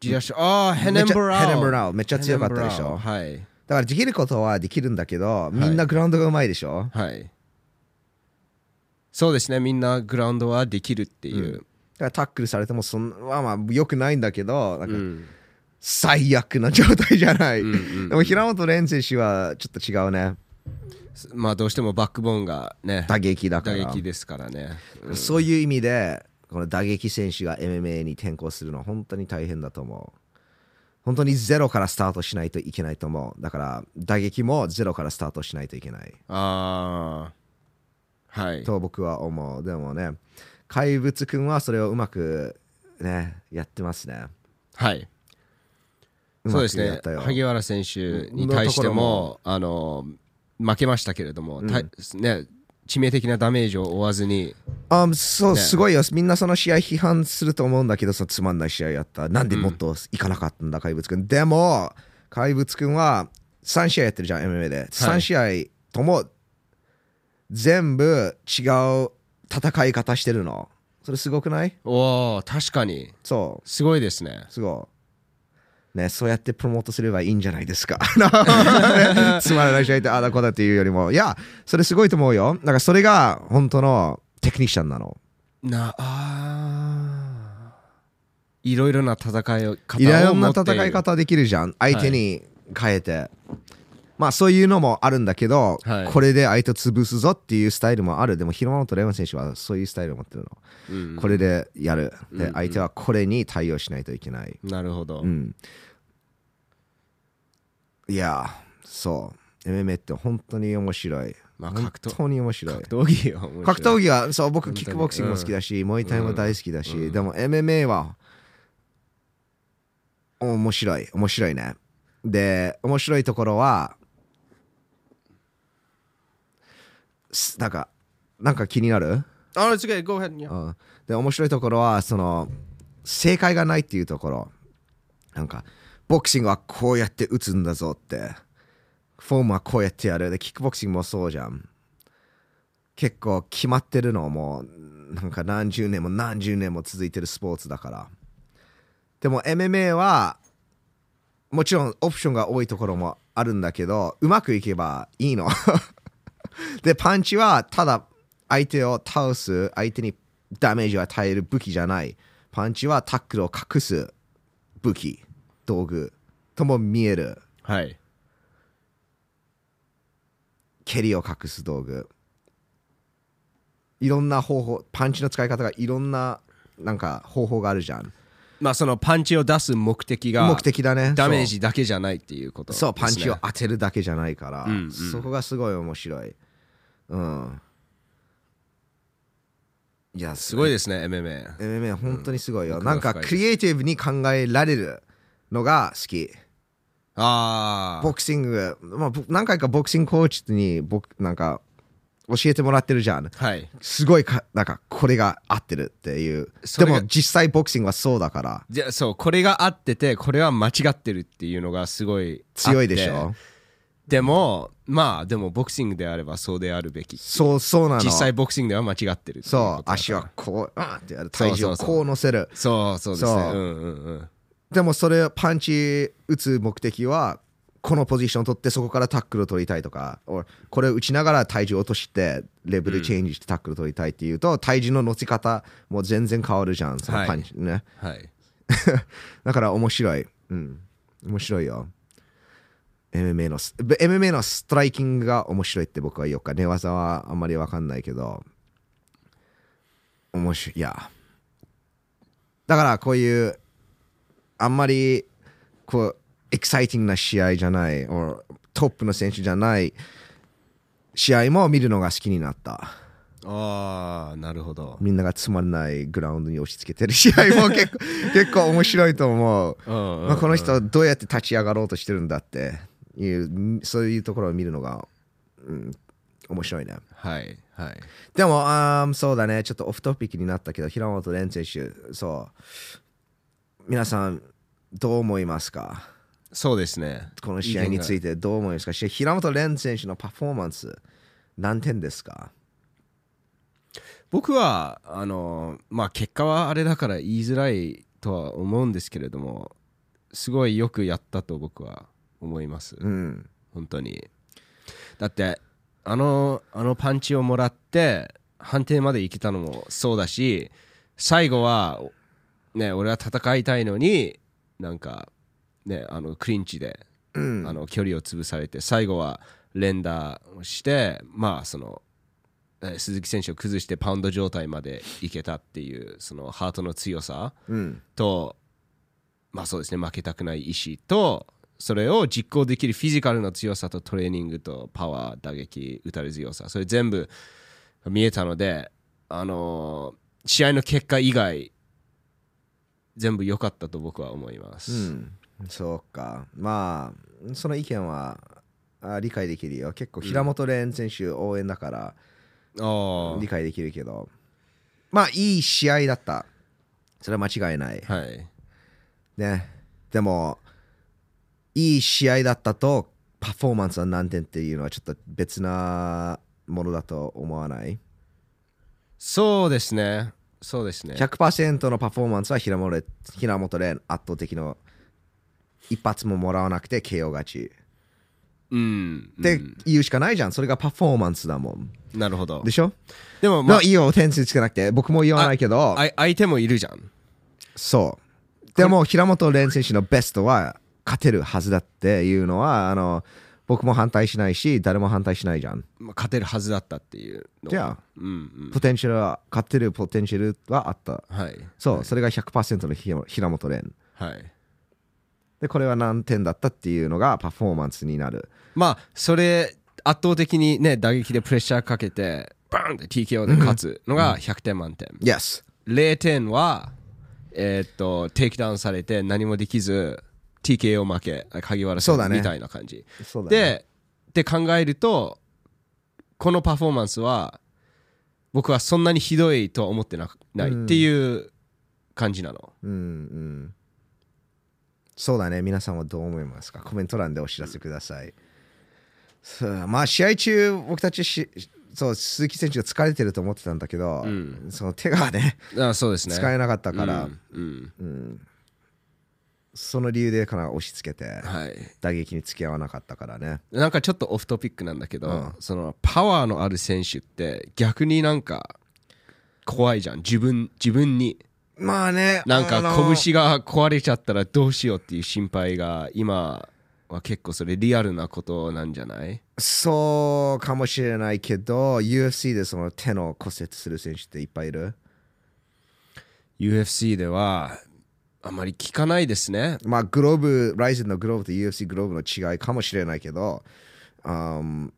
Speaker 2: ジラシュああヘネンブラウ
Speaker 1: ヘネンブラウめっちゃ強かったでし
Speaker 2: ヘネンブラウ
Speaker 1: ょ
Speaker 2: はい
Speaker 1: だからできることはできるんだけど、みんなグラウンドがうまいでしょ、
Speaker 2: はいそうですねみんなグラウンドはできるっていう、
Speaker 1: だからタックルされてもそんまあまあ良くないんだけどなん
Speaker 2: う
Speaker 1: か
Speaker 2: ん
Speaker 1: 最悪な状態じゃない、
Speaker 2: うんうん
Speaker 1: でも平本蓮選手はちょっと違うね
Speaker 2: まあどうしてもバックボーンがね
Speaker 1: 打撃だか
Speaker 2: 打
Speaker 1: ら
Speaker 2: 撃ですからね
Speaker 1: そういう意味でこの打撃選手が MMA に転向するのは本当に大変だと思う本当にゼロからスタートしないといけないと思うだから打撃もゼロからスタートしないといけない
Speaker 2: ああはい
Speaker 1: と僕は思うでもね怪物くんはそれをうまくねやってますね
Speaker 2: はい
Speaker 1: まく
Speaker 2: そうです
Speaker 1: や
Speaker 2: ね
Speaker 1: ったよ
Speaker 2: 萩原選手に対してもあの負けましたけれども、たね、致命的なダメージを負わずに
Speaker 1: あそう
Speaker 2: ね
Speaker 1: すごいよみんなその試合批判すると思うんだけどそのつまんない試合やったなんでもっといかなかったんだ怪物くんでも怪物くんは3試合やってるじゃん MMA で3試合とも全部違う戦い方してるのそれすごくない
Speaker 2: おお確かに
Speaker 1: そ
Speaker 2: すごいですね
Speaker 1: うすごいね、そうやってプロモートすればいいんじゃないですか。 <laughs> ねつまらない試合ってああだこうだっていうよりも、いや、それすごいと思うよ。だからそれが本当のテクニシャンなの。
Speaker 2: なあーいろいろな戦いを方を持って
Speaker 1: い
Speaker 2: いる
Speaker 1: ろんな戦い方できるじゃん相手に変えて、まあそういうのもあるんだけど、
Speaker 2: はい
Speaker 1: これで相手を潰すぞっていうスタイルもあるでも広本レオン選手はそういうスタイルを持ってるの、
Speaker 2: うん
Speaker 1: これでやるで、
Speaker 2: うん
Speaker 1: 相手はこれに対応しないといけない
Speaker 2: なるほど、
Speaker 1: うんいやーそう MMA って本当に面白い
Speaker 2: まあ
Speaker 1: 本
Speaker 2: 格闘
Speaker 1: 当に面白い
Speaker 2: 格闘技は面白い
Speaker 1: 格闘技はそう僕
Speaker 2: 本当に
Speaker 1: キックボクシングも好きだし、モイタイも大好きだし、でも MMA は面白い面白いねで面白いところはすなんかなんか気になる、
Speaker 2: ああ違う go ahead
Speaker 1: うん、で面白いところはその正解がないっていうところなんかボクシングはこうやって打つんだぞってフォームはこうやってやるでキックボクシングもそうじゃん結構決まってるのもうなんか何十年も何十年も続いてるスポーツだからでも MMA はもちろんオプションが多いところもあるんだけどうまくいけばいいの <laughs> でパンチはただ相手を倒す相手にダメージを与える武器じゃないパンチはタックルを隠す武器道具とも見える
Speaker 2: はい
Speaker 1: 蹴りを隠す道具いろんな方法パンチの使い方がいろんななんか方法があるじゃん
Speaker 2: まあそのパンチを出す目的が
Speaker 1: 目的だね
Speaker 2: ダメージだけじゃないっていうこと
Speaker 1: そうそうパン
Speaker 2: です
Speaker 1: チ
Speaker 2: ね
Speaker 1: を当てるだけじゃないから、
Speaker 2: うんうん
Speaker 1: そこがすごい面白いうんいや
Speaker 2: すごいですね MMA
Speaker 1: MMA 本当にすごいよ、
Speaker 2: 奥が
Speaker 1: なん
Speaker 2: 深い
Speaker 1: か
Speaker 2: です
Speaker 1: クリエイティブに考えられるのが好き
Speaker 2: ああ
Speaker 1: ボクシング、まあ、ぼ何回かボクシングコーチにぼなんか教えてもらってるじゃん
Speaker 2: はい
Speaker 1: すごいかなんかこれが合ってるっていう
Speaker 2: そ
Speaker 1: で
Speaker 2: れが
Speaker 1: も実際ボクシングはそうだから
Speaker 2: じゃあそうこれが合っててこれは間違ってるっていうのがすごい
Speaker 1: 強いでし
Speaker 2: あっ
Speaker 1: ょ
Speaker 2: てでもまあでもボクシングであればそうであるべき
Speaker 1: そうそうなの
Speaker 2: 実際ボクシングでは間違ってるっていこ
Speaker 1: そう
Speaker 2: とだから
Speaker 1: 足はこうあってやる
Speaker 2: そう
Speaker 1: 体重
Speaker 2: そう
Speaker 1: を
Speaker 2: そう
Speaker 1: こう乗せる
Speaker 2: そうそうですね
Speaker 1: そう
Speaker 2: うんうんうん
Speaker 1: でもそれパンチ打つ目的はこのポジションを取ってそこからタックルを取りたいとか or これを打ちながら体重を落としてレベルチェンジしてタックルを取りたいっていうと、体重の乗せ方も全然変わるじゃんそのパンチ、ね
Speaker 2: はい
Speaker 1: だから面白いうん面白いよ MMA のス MMA のストライキングが面白いって僕は言おうか寝技はあんまり分かんないけど面白いいやだからこういうあんまりこうエキサイティングな試合じゃない or トップの選手じゃない試合も見るのが好きになった
Speaker 2: ああなるほど
Speaker 1: みんながつまらないグラウンドに押し付けてる試合も結構結構面白いと思う
Speaker 2: うんうん
Speaker 1: まあ、この人はどうやって立ち上がろうとしてるんだっていうそういうところを見るのが、うん、面白いね
Speaker 2: はいはい
Speaker 1: でもあーそうだねちょっとオフトピックになったけど平本蓮選手そう皆さんどう思いますか
Speaker 2: そうですね
Speaker 1: この試合についてどう思いますかし平本蓮選手のパフォーマンス何点ですか
Speaker 2: 僕はあのまあ結果はあれだから言いづらいとは思うんですけれどもすごいよくやったと僕は思います
Speaker 1: うん
Speaker 2: 本当にだってあのあのパンチをもらって判定まで行けたのもそうだし最後はね俺は戦いたいのになんかねあのクリンチで
Speaker 1: うん
Speaker 2: あの距離を潰されて最後は連打をしてまあそのえー鈴木選手を崩してパウンド状態までいけたっていうそのハートの強さ
Speaker 1: うん
Speaker 2: とまあそうですね負けたくない意志とそれを実行できるフィジカルの強さとトレーニングとパワー打撃打たれ強さそれ全部見えたのであのー試合の結果以外全部良かったと僕は思います。
Speaker 1: うん、そうかまあその意見はあ理解できるよ結構平本蓮選手応援だから
Speaker 2: あ
Speaker 1: 理解できるけど、まあいい試合だったそれは間違いない、
Speaker 2: あはい
Speaker 1: ねでもいい試合だったとパフォーマンスは何点っていうのはちょっと別なものだと思わない
Speaker 2: そうですね。そうですね。
Speaker 1: 100%のパフォーマンスは平本蓮平本蓮圧倒的の一発ももらわなくて KO 勝ち
Speaker 2: うん。
Speaker 1: って
Speaker 2: うん
Speaker 1: 言うしかないじゃんそれがパフォーマンスだもん
Speaker 2: なるほど
Speaker 1: で。しょ、
Speaker 2: でも、
Speaker 1: ま
Speaker 2: ま
Speaker 1: あいいよ点数つけなくて僕も言わないけど
Speaker 2: あ、あい相手もいるじゃん。
Speaker 1: そうでも平本蓮選手のベストは勝てるはずだっていうのはあの僕も反対しないし誰も反対しないじゃん
Speaker 2: まあ勝てるはずだったっていうのが
Speaker 1: じゃあ
Speaker 2: うんうん。
Speaker 1: ポテンシャルは勝てるポテンシャルはあった
Speaker 2: はい。
Speaker 1: そう、それが100%の平平本蓮
Speaker 2: はい。
Speaker 1: でこれは何点だったっていうのがパフォーマンスになる
Speaker 2: まあ、それ、圧倒的にね、打撃でプレッシャーかけて、バーンって TKO で勝つのが100点満点。
Speaker 1: Yes
Speaker 2: 0点は、えーっと、テイクダウンされて何もできず、TKO 負け、萩原
Speaker 1: そ
Speaker 2: さ
Speaker 1: うだ
Speaker 2: ん
Speaker 1: ね
Speaker 2: みたいな感じ。
Speaker 1: そうだね、
Speaker 2: でって考えるとこのパフォーマンスは僕はそんなにひどいとは思ってなくない
Speaker 1: うん
Speaker 2: っていう感じなの、
Speaker 1: うんうんそうだね皆さんはどう思いますかコメント欄でお知らせください、そうまあ試合中僕たちしそう鈴木選手が疲れてると思ってたんだけど、
Speaker 2: ん
Speaker 1: その手がね
Speaker 2: あそうです <laughs> ね
Speaker 1: 使えなかったから、
Speaker 2: うんうん
Speaker 1: その理由でかな押し付けて
Speaker 2: はい
Speaker 1: 打撃に付き合わなかったからね
Speaker 2: なんかちょっとオフトピックなんだけど、そのパワーのある選手って逆になんか怖いじゃん自分自分に
Speaker 1: まあね
Speaker 2: なんか
Speaker 1: あの
Speaker 2: 拳が壊れちゃったらどうしようっていう心配が今は結構それリアルなことなんじゃない
Speaker 1: そうかもしれないけど UFC でその手の骨折する選手っていっぱいいる
Speaker 2: UFC ではあまり聞かないですね。
Speaker 1: まあグローブ、ライゼンのグローブと UFC グローブの違いかもしれないけど、um,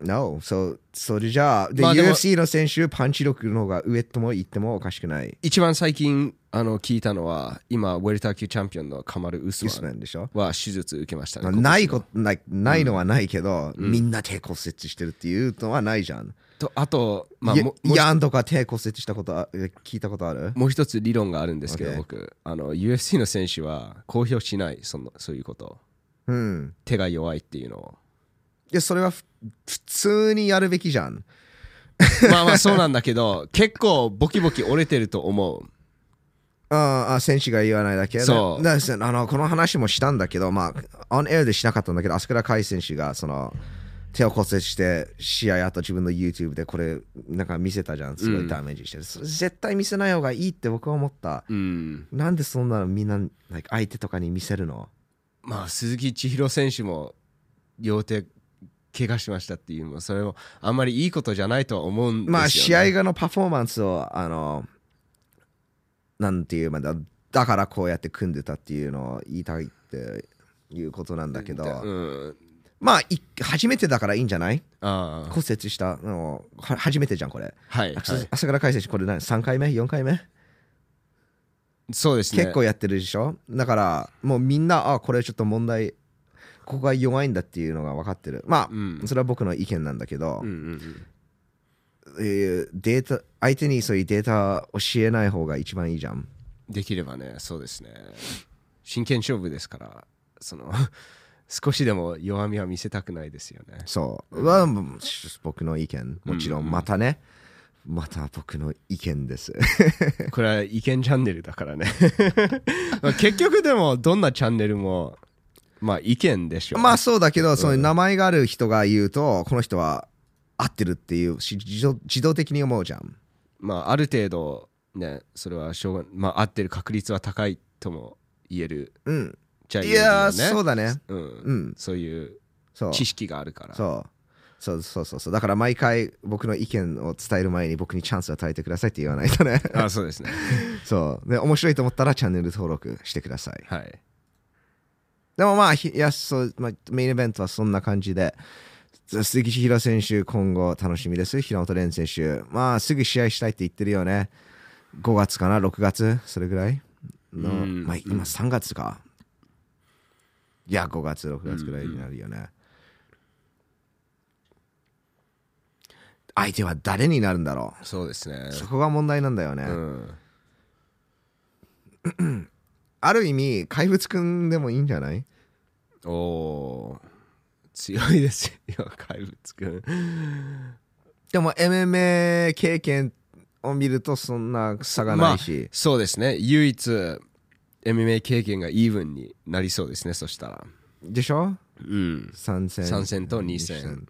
Speaker 1: No, そうそれじゃあ、で
Speaker 2: まあでも
Speaker 1: UFC の選手、パンチ力の方が上とも言ってもおかしくない。
Speaker 2: 一番最近あの聞いたのは今ウェルター級チャンピオンのカマル・ウス
Speaker 1: ウスマ
Speaker 2: ワン
Speaker 1: ンでしょ
Speaker 2: は手術受けましたね。
Speaker 1: ないこないないのはないけど、みんな手骨折してるっていうのはないじゃん。
Speaker 2: とあと、まあ、
Speaker 1: や
Speaker 2: ももう
Speaker 1: ヤンとか手骨折したことあ聞いたことある
Speaker 2: もう一つ理論があるんですけど、
Speaker 1: OK
Speaker 2: 僕あの UFC の選手は公表しないそのそういうこと
Speaker 1: うん。
Speaker 2: 手が弱いっていうの
Speaker 1: <laughs>
Speaker 2: を
Speaker 1: いや、それはふ普通にやるべきじゃん。
Speaker 2: まあまあそうなんだけど結構ボキボキ折れてると思う
Speaker 1: ああ、選手が言わないだけで
Speaker 2: そう
Speaker 1: だからあのこの話もしたんだけど、まあ、オンエアでしなかったんだけど、アスクラ海選手がその手を骨折して、試合あと自分の YouTube でこれ、なんか見せたじゃん、すごいダメージしてる。それ絶対見せない方がいいって僕は思った。
Speaker 2: うん
Speaker 1: なんでそんなのみんな、like 相手とかに見せるの
Speaker 2: まあ鈴木千尋選手も両手怪我しましたっていうのもそれもあんまりいいことじゃないとは思うんですよ、ね、
Speaker 1: まあ試合後のパフォーマンスをあのなんていうまだだからこうやって組んでたっていうのを言いたいっていうことなんだけど、
Speaker 2: うん
Speaker 1: まあい初めてだからいいんじゃない
Speaker 2: ああ
Speaker 1: 骨折したのは初めてじゃんこれ、
Speaker 2: はい、は
Speaker 1: 朝
Speaker 2: い、
Speaker 1: 朝倉海選手これ何3回目4回目
Speaker 2: そうですね
Speaker 1: 結構やってるでしょだからもうみんなあこれちょっと問題ここが弱いんだっていうのが分かってるまあ、
Speaker 2: うん
Speaker 1: それは僕の意見なんだけど、
Speaker 2: うんうん
Speaker 1: えーデータ相手にそういうデータ教えない方が一番いいじゃん
Speaker 2: うん、できればねそうですね真剣勝負ですからその <laughs> 少しでも弱みは見せたくないですよ
Speaker 1: <laughs>
Speaker 2: ね
Speaker 1: そう、は僕の意見もちろ
Speaker 2: うん
Speaker 1: んまたね、また僕の意見です。
Speaker 2: これは意見チャンネルだからね <laughs> まあ結局でもどんなチャンネルもまあ意見でしょう
Speaker 1: まあそうだけど、そういう名前がある人が言うと、この人は合ってるっていうし自動自動的に思うじゃん。
Speaker 2: まあある程度ねそれはしょうがまあ合ってる確率は高いとも言える
Speaker 1: うん。
Speaker 2: じゃあ
Speaker 1: い
Speaker 2: 言えるよ
Speaker 1: やー、
Speaker 2: ね
Speaker 1: そうだね。
Speaker 2: う
Speaker 1: うんん。
Speaker 2: そういう
Speaker 1: そう。
Speaker 2: 知識があるから
Speaker 1: そう。そうそうそうそうだから毎回僕の意見を伝える前に僕にチャンスを与えてくださいって言わないとね <laughs>
Speaker 2: あそうですね
Speaker 1: そうで面白いと思ったらチャンネル登録してください
Speaker 2: はい
Speaker 1: でもまあ、ひいやそうまあ、メインイベントはそんな感じで、鈴木千尋選手、今後楽しみです。平本蓮選手、まあ、すぐ試合したいって言ってるよね。5月かな、6月、それぐらいの、
Speaker 2: うん
Speaker 1: まあ、今3月か。いや、5月、6月ぐらいになるよね。相手は誰になるんだろ
Speaker 2: そうですね
Speaker 1: う。そこが問題なんだよね。
Speaker 2: うん
Speaker 1: ある意味、怪物くんでもいいんじゃない
Speaker 2: おお強いですよ怪物くん
Speaker 1: でも MMA 経験を見るとそんな差がないし、
Speaker 2: そうですね唯一 MMA 経験がイーブンになりそうですねそしたら
Speaker 1: でしょ
Speaker 2: うん
Speaker 1: 参戦
Speaker 2: 3戦と2戦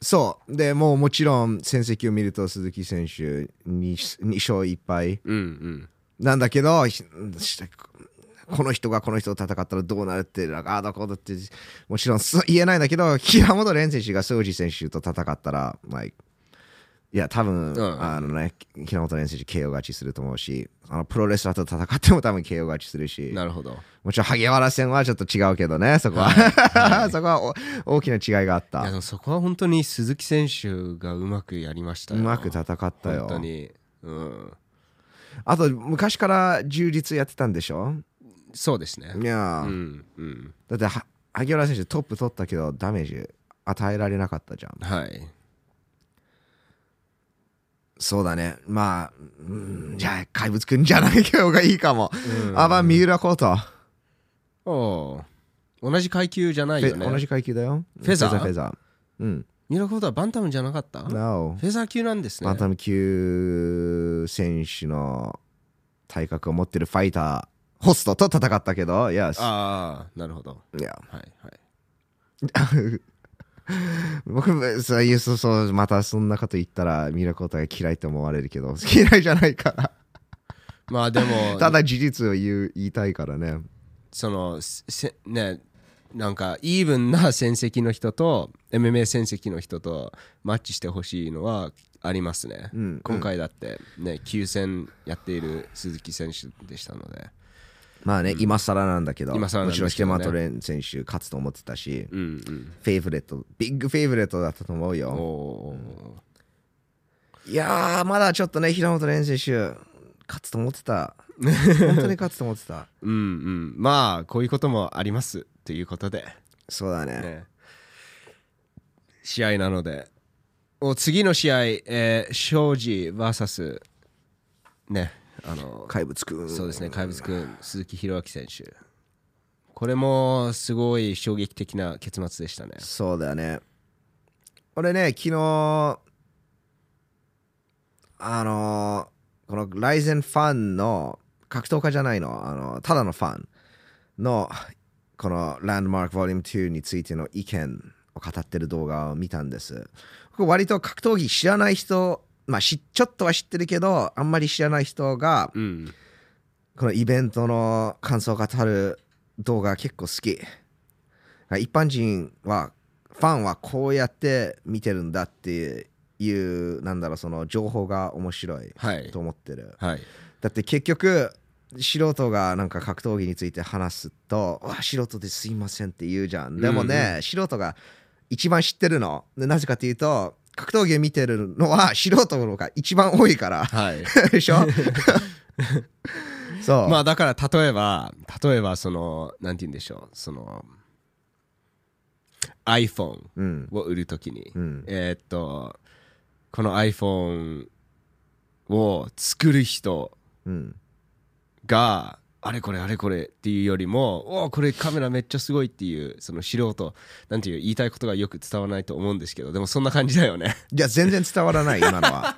Speaker 1: そうでもうもちろん戦績を見ると鈴木選手 2, 勝1敗
Speaker 2: うんうん
Speaker 1: なんだけどひしこの人がこの人と戦ったらどうなるってなんかああだこうだってもちろんそう言えないんだけど平本蓮選手が庄司選手と戦ったら、like いや多分、
Speaker 2: うん
Speaker 1: あのね平本蓮選手 KO 勝ちすると思うしあのプロレスラーと戦っても多分 KO 勝ちするし
Speaker 2: なるほど
Speaker 1: もちろん萩原戦はちょっと違うけどねそこは、 <laughs> そこはお大きな違いがあっ
Speaker 2: いや
Speaker 1: た
Speaker 2: でもそこは本当に鈴木選手がうまくやりました
Speaker 1: う
Speaker 2: よ
Speaker 1: まく戦った
Speaker 2: 本当
Speaker 1: よ
Speaker 2: にうん
Speaker 1: あと昔から充実やってたんでしょ
Speaker 2: そうですね
Speaker 1: いやー、
Speaker 2: うんうん
Speaker 1: だっては萩原選手トップ取ったけどダメージ与えられなかったじゃん
Speaker 2: はい
Speaker 1: そうだねまあうんじゃあ怪物くんじゃない方がいいかも、あまあ三浦コート、
Speaker 2: おおー同じ階級じゃない
Speaker 1: フ
Speaker 2: よ
Speaker 1: ェ同
Speaker 2: ね
Speaker 1: じ階級だよ
Speaker 2: フェザー
Speaker 1: フェザーフェザーうん
Speaker 2: ミラコートはバンタムじゃなかったフ
Speaker 1: No
Speaker 2: ェザー級なんですね
Speaker 1: バンタム級選手の体格を持ってるファイターホストと戦ったけど Yes
Speaker 2: ああなるほど
Speaker 1: いや
Speaker 2: はいはい
Speaker 1: 僕もそういうそうそうまたそんなこと言ったら三浦コートが嫌いと思われるけど嫌いじゃないから
Speaker 2: ま <laughs> あでも
Speaker 1: ただ事実を言う言いたいからね
Speaker 2: そのせねなんかイーブンな戦績の人と MMA 戦績の人とマッチしてほしいのはありますね、
Speaker 1: うん
Speaker 2: 今回だってね9戦やっている鈴木選手でしたので
Speaker 1: まあね、今更なんだけど、
Speaker 2: 今更なん
Speaker 1: む
Speaker 2: です
Speaker 1: し
Speaker 2: けど
Speaker 1: ろ
Speaker 2: ね
Speaker 1: ヒケマトレン選手勝つと思ってたし、
Speaker 2: うんうん
Speaker 1: フェイブレット、ビッグフェイブレットだったと思う
Speaker 2: お
Speaker 1: よ。
Speaker 2: お
Speaker 1: いやー、まだちょっとね、平本蓮選手、勝つと思って
Speaker 2: <laughs>
Speaker 1: た。本当に勝つと思ってた。
Speaker 2: うんうんまあこういうこともありますということで、
Speaker 1: そうだね。
Speaker 2: ね、試合なのでお次の試合、えー、庄司 VS ねあの
Speaker 1: 怪物くん。
Speaker 2: そうですね怪物くん鈴木宏明選手これもすごい衝撃的な結末でしたね
Speaker 1: そうだよね。俺ね、昨日、あのーこのライゼンファンの、格闘家じゃないの、あのただのファンの、このランドマーク Vol.2 についての意見を語ってる動画を見たんです。これ割と格闘技知らない人、まあしちょっとは知ってるけど、あんまり知らない人が、
Speaker 2: うん
Speaker 1: このイベントの感想を語る動画結構好き一般人はファンはこうやって見てるんだっていうなんだろうその情報が面白い
Speaker 2: はい
Speaker 1: と思ってる
Speaker 2: はい
Speaker 1: だって結局素人がなんか格闘技について話すと「わ素人ですいません」って言うじゃんでもね、素人が一番知ってるのでなぜかというと格闘技を見てるのは素人の方が一番多いから
Speaker 2: はい
Speaker 1: で <laughs> しょそう
Speaker 2: <laughs> まあだから例えば例えばそのなんて言うんでしょうその iPhone
Speaker 1: うん
Speaker 2: を売るときに、
Speaker 1: うん
Speaker 2: えーっとこの iPhone を作る人
Speaker 1: うん
Speaker 2: があれこれあれこれっていうよりもおーこれカメラめっちゃすごいっていうその素人なんていう言いたいことがよく伝わらないと思うんですけどでもそんな感じだよね <laughs>
Speaker 1: いや全然伝わらない今のは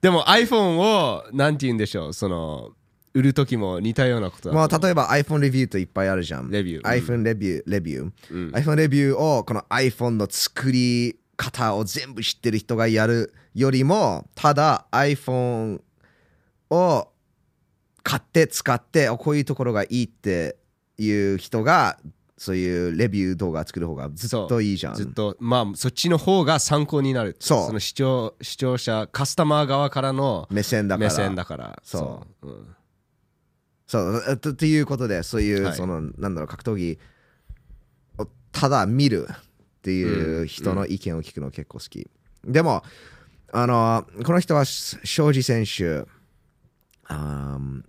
Speaker 2: でも iPhone をなんて言うんでしょうその売る時も似たようなことだと
Speaker 1: まあ例えば iPhone レビューといっぱいあるじゃん
Speaker 2: レビュー
Speaker 1: iPhone レビューレビュー、
Speaker 2: うん
Speaker 1: iPhone レビューをこの iPhone の作り方を全部知ってる人がやるよりもただ iPhone を買って使っておこういうところがいいっていう人がそういうレビュー動画作る方がずっといいじゃん
Speaker 2: ずっとまあそっちの方が参考になる
Speaker 1: そう
Speaker 2: の視聴視聴者カスタマー側からの
Speaker 1: 目線だから
Speaker 2: 目線だから
Speaker 1: そう
Speaker 2: うん
Speaker 1: そうえっとということでそういう、
Speaker 2: はい
Speaker 1: そのなんだろう格闘技をただ見るっていう人の意見を聞くの結構好き、でもあのこの人はし庄司選手あー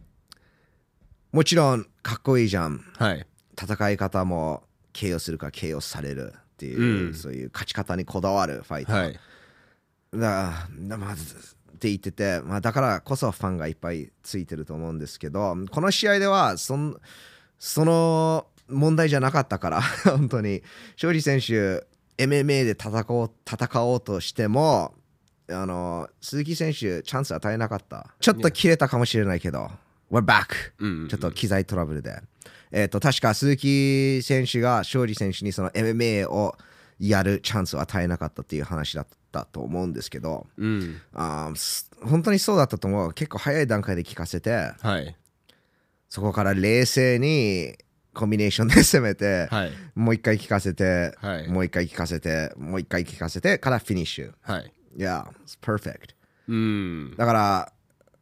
Speaker 1: もちろんかっこいいじゃん
Speaker 2: はい
Speaker 1: 戦い方も KO するか KO されるっていう、
Speaker 2: うん
Speaker 1: そういう勝ち方にこだわるファイター、
Speaker 2: はい
Speaker 1: だだまあって言ってて、まあ、だからこそファンがいっぱいついてると思うんですけどこの試合ではそんその問題じゃなかったから <laughs> 本当に勝利選手 MMA で戦おう戦おうとしてもあの鈴木選手チャンス与えなかったちょっと切れたかもしれないけど We're back!
Speaker 2: うん
Speaker 1: ちょっと機材トラブルで。えっ、と、確か鈴木選手が勝利選手にその MMA をやるチャンスを与えなかったっていう話だったと思うんですけど、
Speaker 2: うん
Speaker 1: あーす本当にそうだったと思う。結構早い段階で聞かせて、
Speaker 2: はい
Speaker 1: そこから冷静にコンビネーションで攻めて、
Speaker 2: はい
Speaker 1: もう一回聞かせて、
Speaker 2: はい
Speaker 1: もう一回聞かせて、もう一回聞かせてからフィニッシュ。
Speaker 2: はい
Speaker 1: Yeah, it's perfect.
Speaker 2: うん
Speaker 1: だから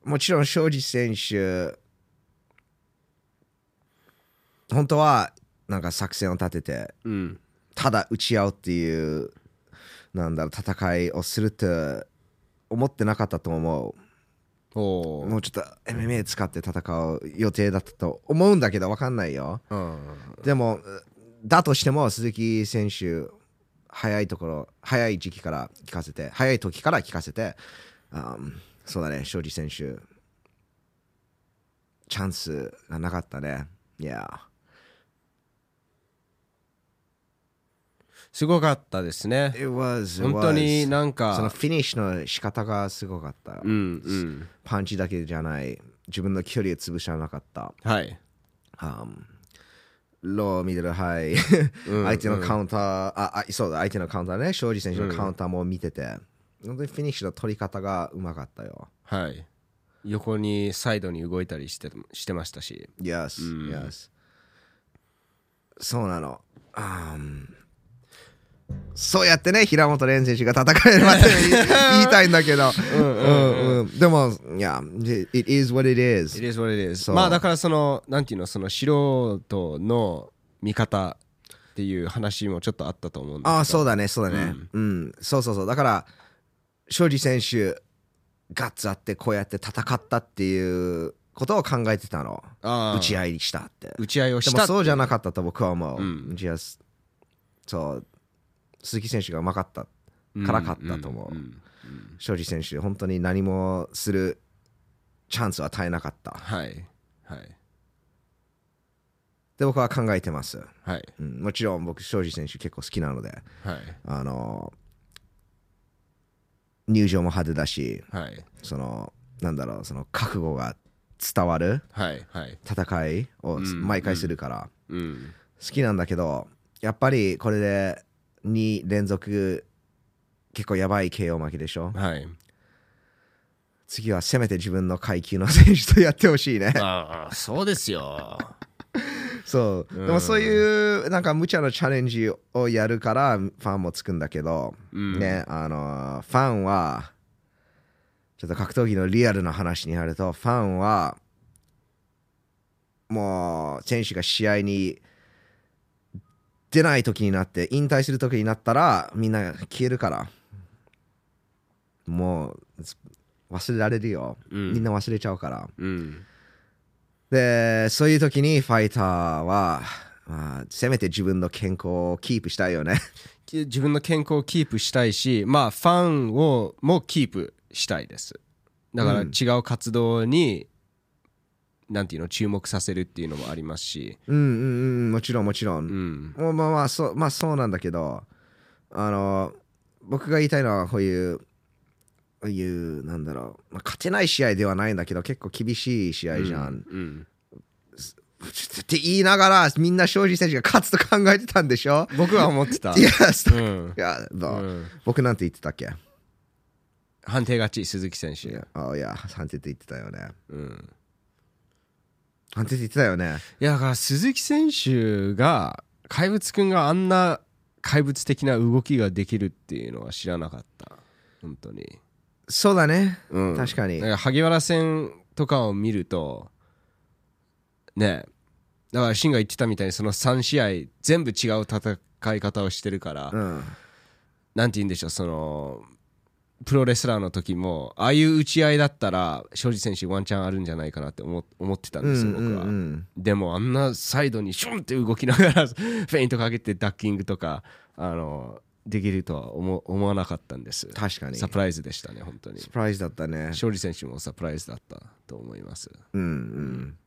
Speaker 1: もちろん庄司選手本当はなんか作戦を立てて
Speaker 2: うん
Speaker 1: ただ打ち合うっていうなんだろう戦いをするって思ってなかったと思
Speaker 2: お
Speaker 1: う
Speaker 2: お
Speaker 1: もうちょっと MMA 使って戦う予定だったと思うんだけど分かんないよ
Speaker 2: うん
Speaker 1: でもだとしても鈴木選手早いところ早い時期から聞かせて早い時から聞かせてあーそうだね庄司選手チャンスがなかったねいや
Speaker 2: すごかったですね
Speaker 1: it was, it was
Speaker 2: 本当になんか
Speaker 1: そのフィニッシュの仕方がすごかった、
Speaker 2: うんうん
Speaker 1: パンチだけじゃない自分の距離を潰しゃなかった
Speaker 2: はい
Speaker 1: あーローミドルハ <laughs> イ、相手のカウンターああそうだ相手のカウンターね庄司選手のカウンターも見てて、本当にフィニッシュの取り方がうまかったよ
Speaker 2: はい横にサイドに動いたりしてしてましたし
Speaker 1: Yes、
Speaker 2: うん
Speaker 1: Yes そうなのあーそうやってね平本蓮選手が戦える <laughs> まで言いたいんだけどうんうんでもいや it is what it is
Speaker 2: It is what it is
Speaker 1: そう
Speaker 2: まあだからそのなんていうのその素人の見方っていう話もちょっとあったと思うんだけど
Speaker 1: ああそうだねそうだねうん、そうそうそうだから庄司選手ガッツあってこうやって戦ったっていうことを考えてたの
Speaker 2: あー
Speaker 1: 打ち合いにしたって
Speaker 2: 打ち合いを
Speaker 1: で
Speaker 2: し
Speaker 1: も
Speaker 2: た
Speaker 1: そうじゃなかったと僕は思う、
Speaker 2: うん
Speaker 1: 打ち合いすそう鈴木選手がうまかったからかったと思う、
Speaker 2: んんん
Speaker 1: 庄司選手本当に何もするチャンスを与えなかった
Speaker 2: はいはい
Speaker 1: で僕は考えてます、
Speaker 2: はい
Speaker 1: うん、もちろん僕庄司選手結構好きなので
Speaker 2: はい
Speaker 1: あの入場も派手だし
Speaker 2: はい
Speaker 1: そのなんだろうその覚悟が伝わる
Speaker 2: はいはい
Speaker 1: 戦いを
Speaker 2: ん
Speaker 1: 毎回するから、
Speaker 2: うん
Speaker 1: 好きなんだけどやっぱりこれで2連続結構やばい KO 負けでしょ <laughs>
Speaker 2: はい
Speaker 1: 次はせめて自分の階級の選手とやってほしい
Speaker 2: <laughs>
Speaker 1: ね
Speaker 2: ああそうですよ
Speaker 1: そうでもそういうなんか無茶なチャレンジをやるからファンもつくんだけど、
Speaker 2: うん
Speaker 1: ねあのファンはちょっと格闘技のリアルな話になるとファンはもう選手が試合に出ない時になって引退する時になったらみんな消えるからもう忘れられるよ、
Speaker 2: うん
Speaker 1: みんな忘れちゃうから
Speaker 2: うん
Speaker 1: でそういう時にファイターは、まあ、せめて自分の健康をキープしたいよね <laughs>
Speaker 2: き自分の健康をキープしたいしまあファンをもキープしたいですだから
Speaker 1: うん
Speaker 2: 違う活動に、なんていうの注目させるっていうのもありますし
Speaker 1: うんうんうんもちろんもちろん、
Speaker 2: うん
Speaker 1: もうまあまあそうまあそうなんだけどあの僕が言いたいのはこういうこういうなんだろう、まあ、勝てない試合ではないんだけど結構厳しい試合じゃん、
Speaker 2: うん
Speaker 1: って言いながらみんな庄司選手が勝つと考えてたんでしょ
Speaker 2: 僕は思ってた
Speaker 1: いやス
Speaker 2: う
Speaker 1: タ
Speaker 2: ん
Speaker 1: いやどう
Speaker 2: うん
Speaker 1: 僕なんて言ってたっけ
Speaker 2: 判定勝ち鈴木選手
Speaker 1: いやあいや判定って言ってたよね
Speaker 2: うん
Speaker 1: 判定って言ってたよね
Speaker 2: いやだから鈴木選手が怪物くんがあんな怪物的な動きができるっていうのは知らなかった本当に、
Speaker 1: そうだね
Speaker 2: うん
Speaker 1: 確かに
Speaker 2: だから萩原戦とかを見るとねえだからシンが言ってたみたいにその3試合全部違う戦い方をしてるから、
Speaker 1: うん
Speaker 2: なんて言うんでしょうそのプロレスラーの時もああいう打ち合いだったら庄司選手ワンチャンあるんじゃないかなって思思ってたんですよ、僕は。
Speaker 1: ん
Speaker 2: でもあんなサイドにシュンって動きながら <laughs> フェイントかけてダッキングとかあのできるとは思思わなかったんです
Speaker 1: 確かに
Speaker 2: サプライズでしたね本当に
Speaker 1: サプライズだったね
Speaker 2: 勝利選手もサプライズだったと思います
Speaker 1: うんうん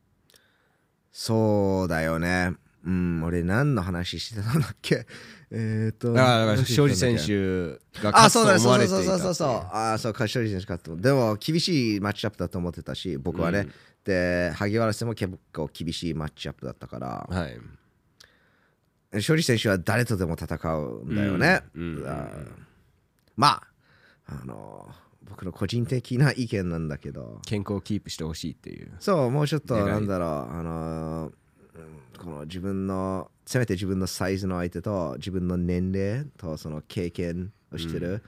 Speaker 1: そうだよねうん俺何の話してたんだっけ <laughs> えーっと
Speaker 2: だからだから
Speaker 1: 何て言
Speaker 2: 勝
Speaker 1: っ
Speaker 2: 利
Speaker 1: てたん
Speaker 2: 選
Speaker 1: だっけ
Speaker 2: 手が
Speaker 1: あそうだ
Speaker 2: 勝
Speaker 1: ね
Speaker 2: つと思わ
Speaker 1: そう
Speaker 2: れていた
Speaker 1: そうそ
Speaker 2: ってい
Speaker 1: うそうそうあーそうか勝利選手勝ってもでも厳しいマッチアップだと思ってたし僕はね、で萩原戦も結構厳しいマッチアップだったから
Speaker 2: はい
Speaker 1: 勝利選手は誰とでも戦うんだよね、
Speaker 2: うんうん
Speaker 1: あーまああの僕の個人的な意見なんだけど
Speaker 2: 健康をキープしてほしいっていう
Speaker 1: そうもうちょっと
Speaker 2: 願い
Speaker 1: なんだろうあのーうんこの自分のせめて自分のサイズの相手と自分の年齢とその経験をしてる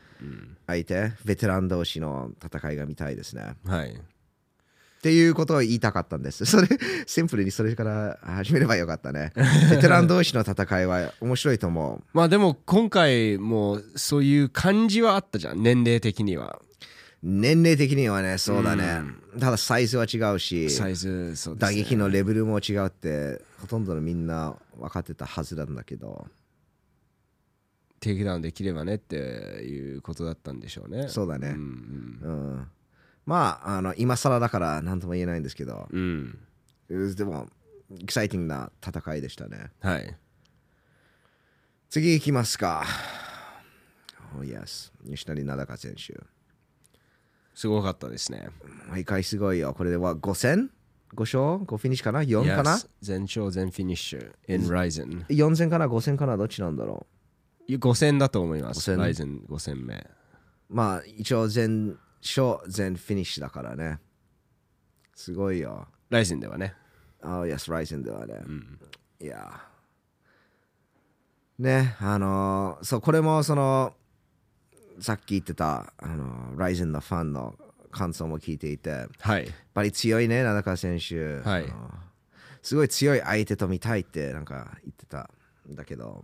Speaker 1: 相手、ベテラン同士の戦いが見たいですね
Speaker 2: はい
Speaker 1: っていうことを言いたかったんです <laughs> それシンプルにそれから始めればよかった
Speaker 2: <laughs>
Speaker 1: ねベテラン同士の戦いは面白いと思う
Speaker 2: まあでも今回もそういう感じはあったじゃん年齢的には
Speaker 1: 年齢的にはねそうだね、ただサイズは違うし
Speaker 2: サイズそうで
Speaker 1: 打
Speaker 2: すね
Speaker 1: 撃のレベルも違うってほとんどのみんな分かってたはずなんだけど
Speaker 2: テイクダウンできればねっていうことだったんでしょうね
Speaker 1: そうだね、
Speaker 2: うんうん
Speaker 1: うん、まああの今更だから何とも言えないんですけど、
Speaker 2: うん
Speaker 1: でもエキサイティングな戦いでしたね
Speaker 2: はい
Speaker 1: 次行きますか Oh yes 西成名高選手
Speaker 2: すごかったですね
Speaker 1: 毎回すごいよこれでは5戦5勝5フィニッシュかな4かな
Speaker 2: Yes 全勝全フィニッシュ in Ryzen
Speaker 1: 4戦かな5戦かなどっちなんだろ
Speaker 2: 5戦だと思います
Speaker 1: 五戦
Speaker 2: Ryzen5 戦目
Speaker 1: うまあ一応全勝全フィニッシュだからねすごいよ
Speaker 2: Ryzen ではね
Speaker 1: Oh yes Ryzen ではね、いやねあのーそうこれもそのさっき言ってた、あのー、Ryzen のファンの感想も聞いていてやっ
Speaker 2: はい
Speaker 1: ぱり強いね名中選手、
Speaker 2: はい
Speaker 1: あのーすごい強い相手と見たいってなんか言ってたんだけど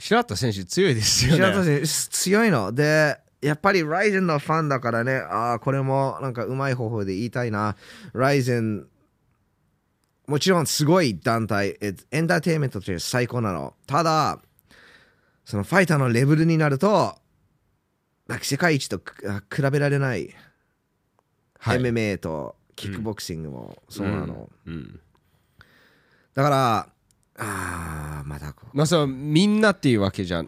Speaker 2: 白田選手強いですよね
Speaker 1: 白田選手強いのでやっぱり Ryzen のファンだからねああこれもなんかうまい方法で言いたいな Ryzen もちろんすごい団体えエンターテインメントとして最高なのただそのファイターのレベルになるとなんか世界一とくあ比べられない、
Speaker 2: はい
Speaker 1: MMA とキックボクシングもそうなの、
Speaker 2: うん
Speaker 1: だからああまたこう
Speaker 2: まあそれはみんなっていうわけじゃ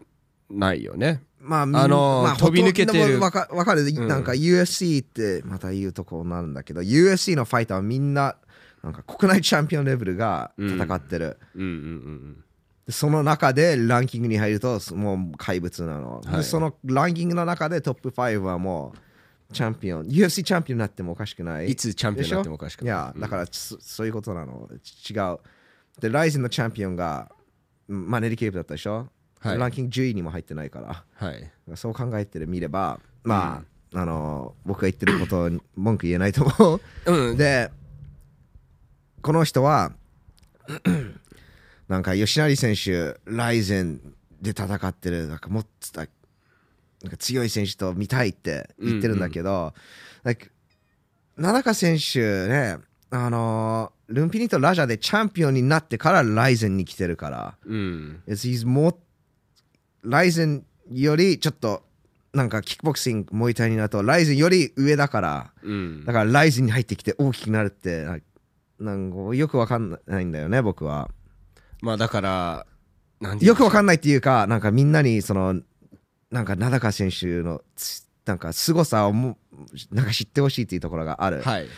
Speaker 2: ないよね
Speaker 1: まあ、みん
Speaker 2: あのー
Speaker 1: まあ
Speaker 2: 飛び抜けてる
Speaker 1: ほとんどわかわかる、
Speaker 2: ん
Speaker 1: なんか UFC ってまた言うとこになるんだけど UFC のファイターはみんななんか国内チャンピオンレベルが戦ってる、
Speaker 2: うんうんうん
Speaker 1: でその中でランキングに入るともう怪物なの、
Speaker 2: は
Speaker 1: で
Speaker 2: い
Speaker 1: そのランキングの中でトップ5はもうチャンピオン UFC チャンピオンになってもおかしくない
Speaker 2: いつチャンピオンになってもおかしくない
Speaker 1: いやだからそそういうことなのち違うでライズンのチャンピオンがうんまあネリケーブだったでしょ、
Speaker 2: はい
Speaker 1: ランキング10位にも入ってないから
Speaker 2: はい
Speaker 1: そう考えてみればまあ、あの僕が言ってることに文句言えないと思う
Speaker 2: うん
Speaker 1: <laughs> でこの人は <clears throat> なんか吉成選手ライゼンで戦ってるなんかもっとだなんか強い選手と見たいって言ってるんだけど、like 奈良香選手ねあのールンピニとラジャでチャンピオンになってからライゼンに来てるから。
Speaker 2: うん、
Speaker 1: It's, he's もうライゼンよりちょっとなんかキックボクシングモイタイになるとライゼンより上だから
Speaker 2: うん
Speaker 1: だ、からライゼンに入ってきて大きくなるってななんかよくわかんないんだよね僕は
Speaker 2: まあだからな
Speaker 1: よ
Speaker 2: んて言うんでしょう
Speaker 1: くわかんないっていうかなんかみんなにそのなんか名高選手のつなんか凄さをもなんか知ってほしいっていうところがある、
Speaker 2: はい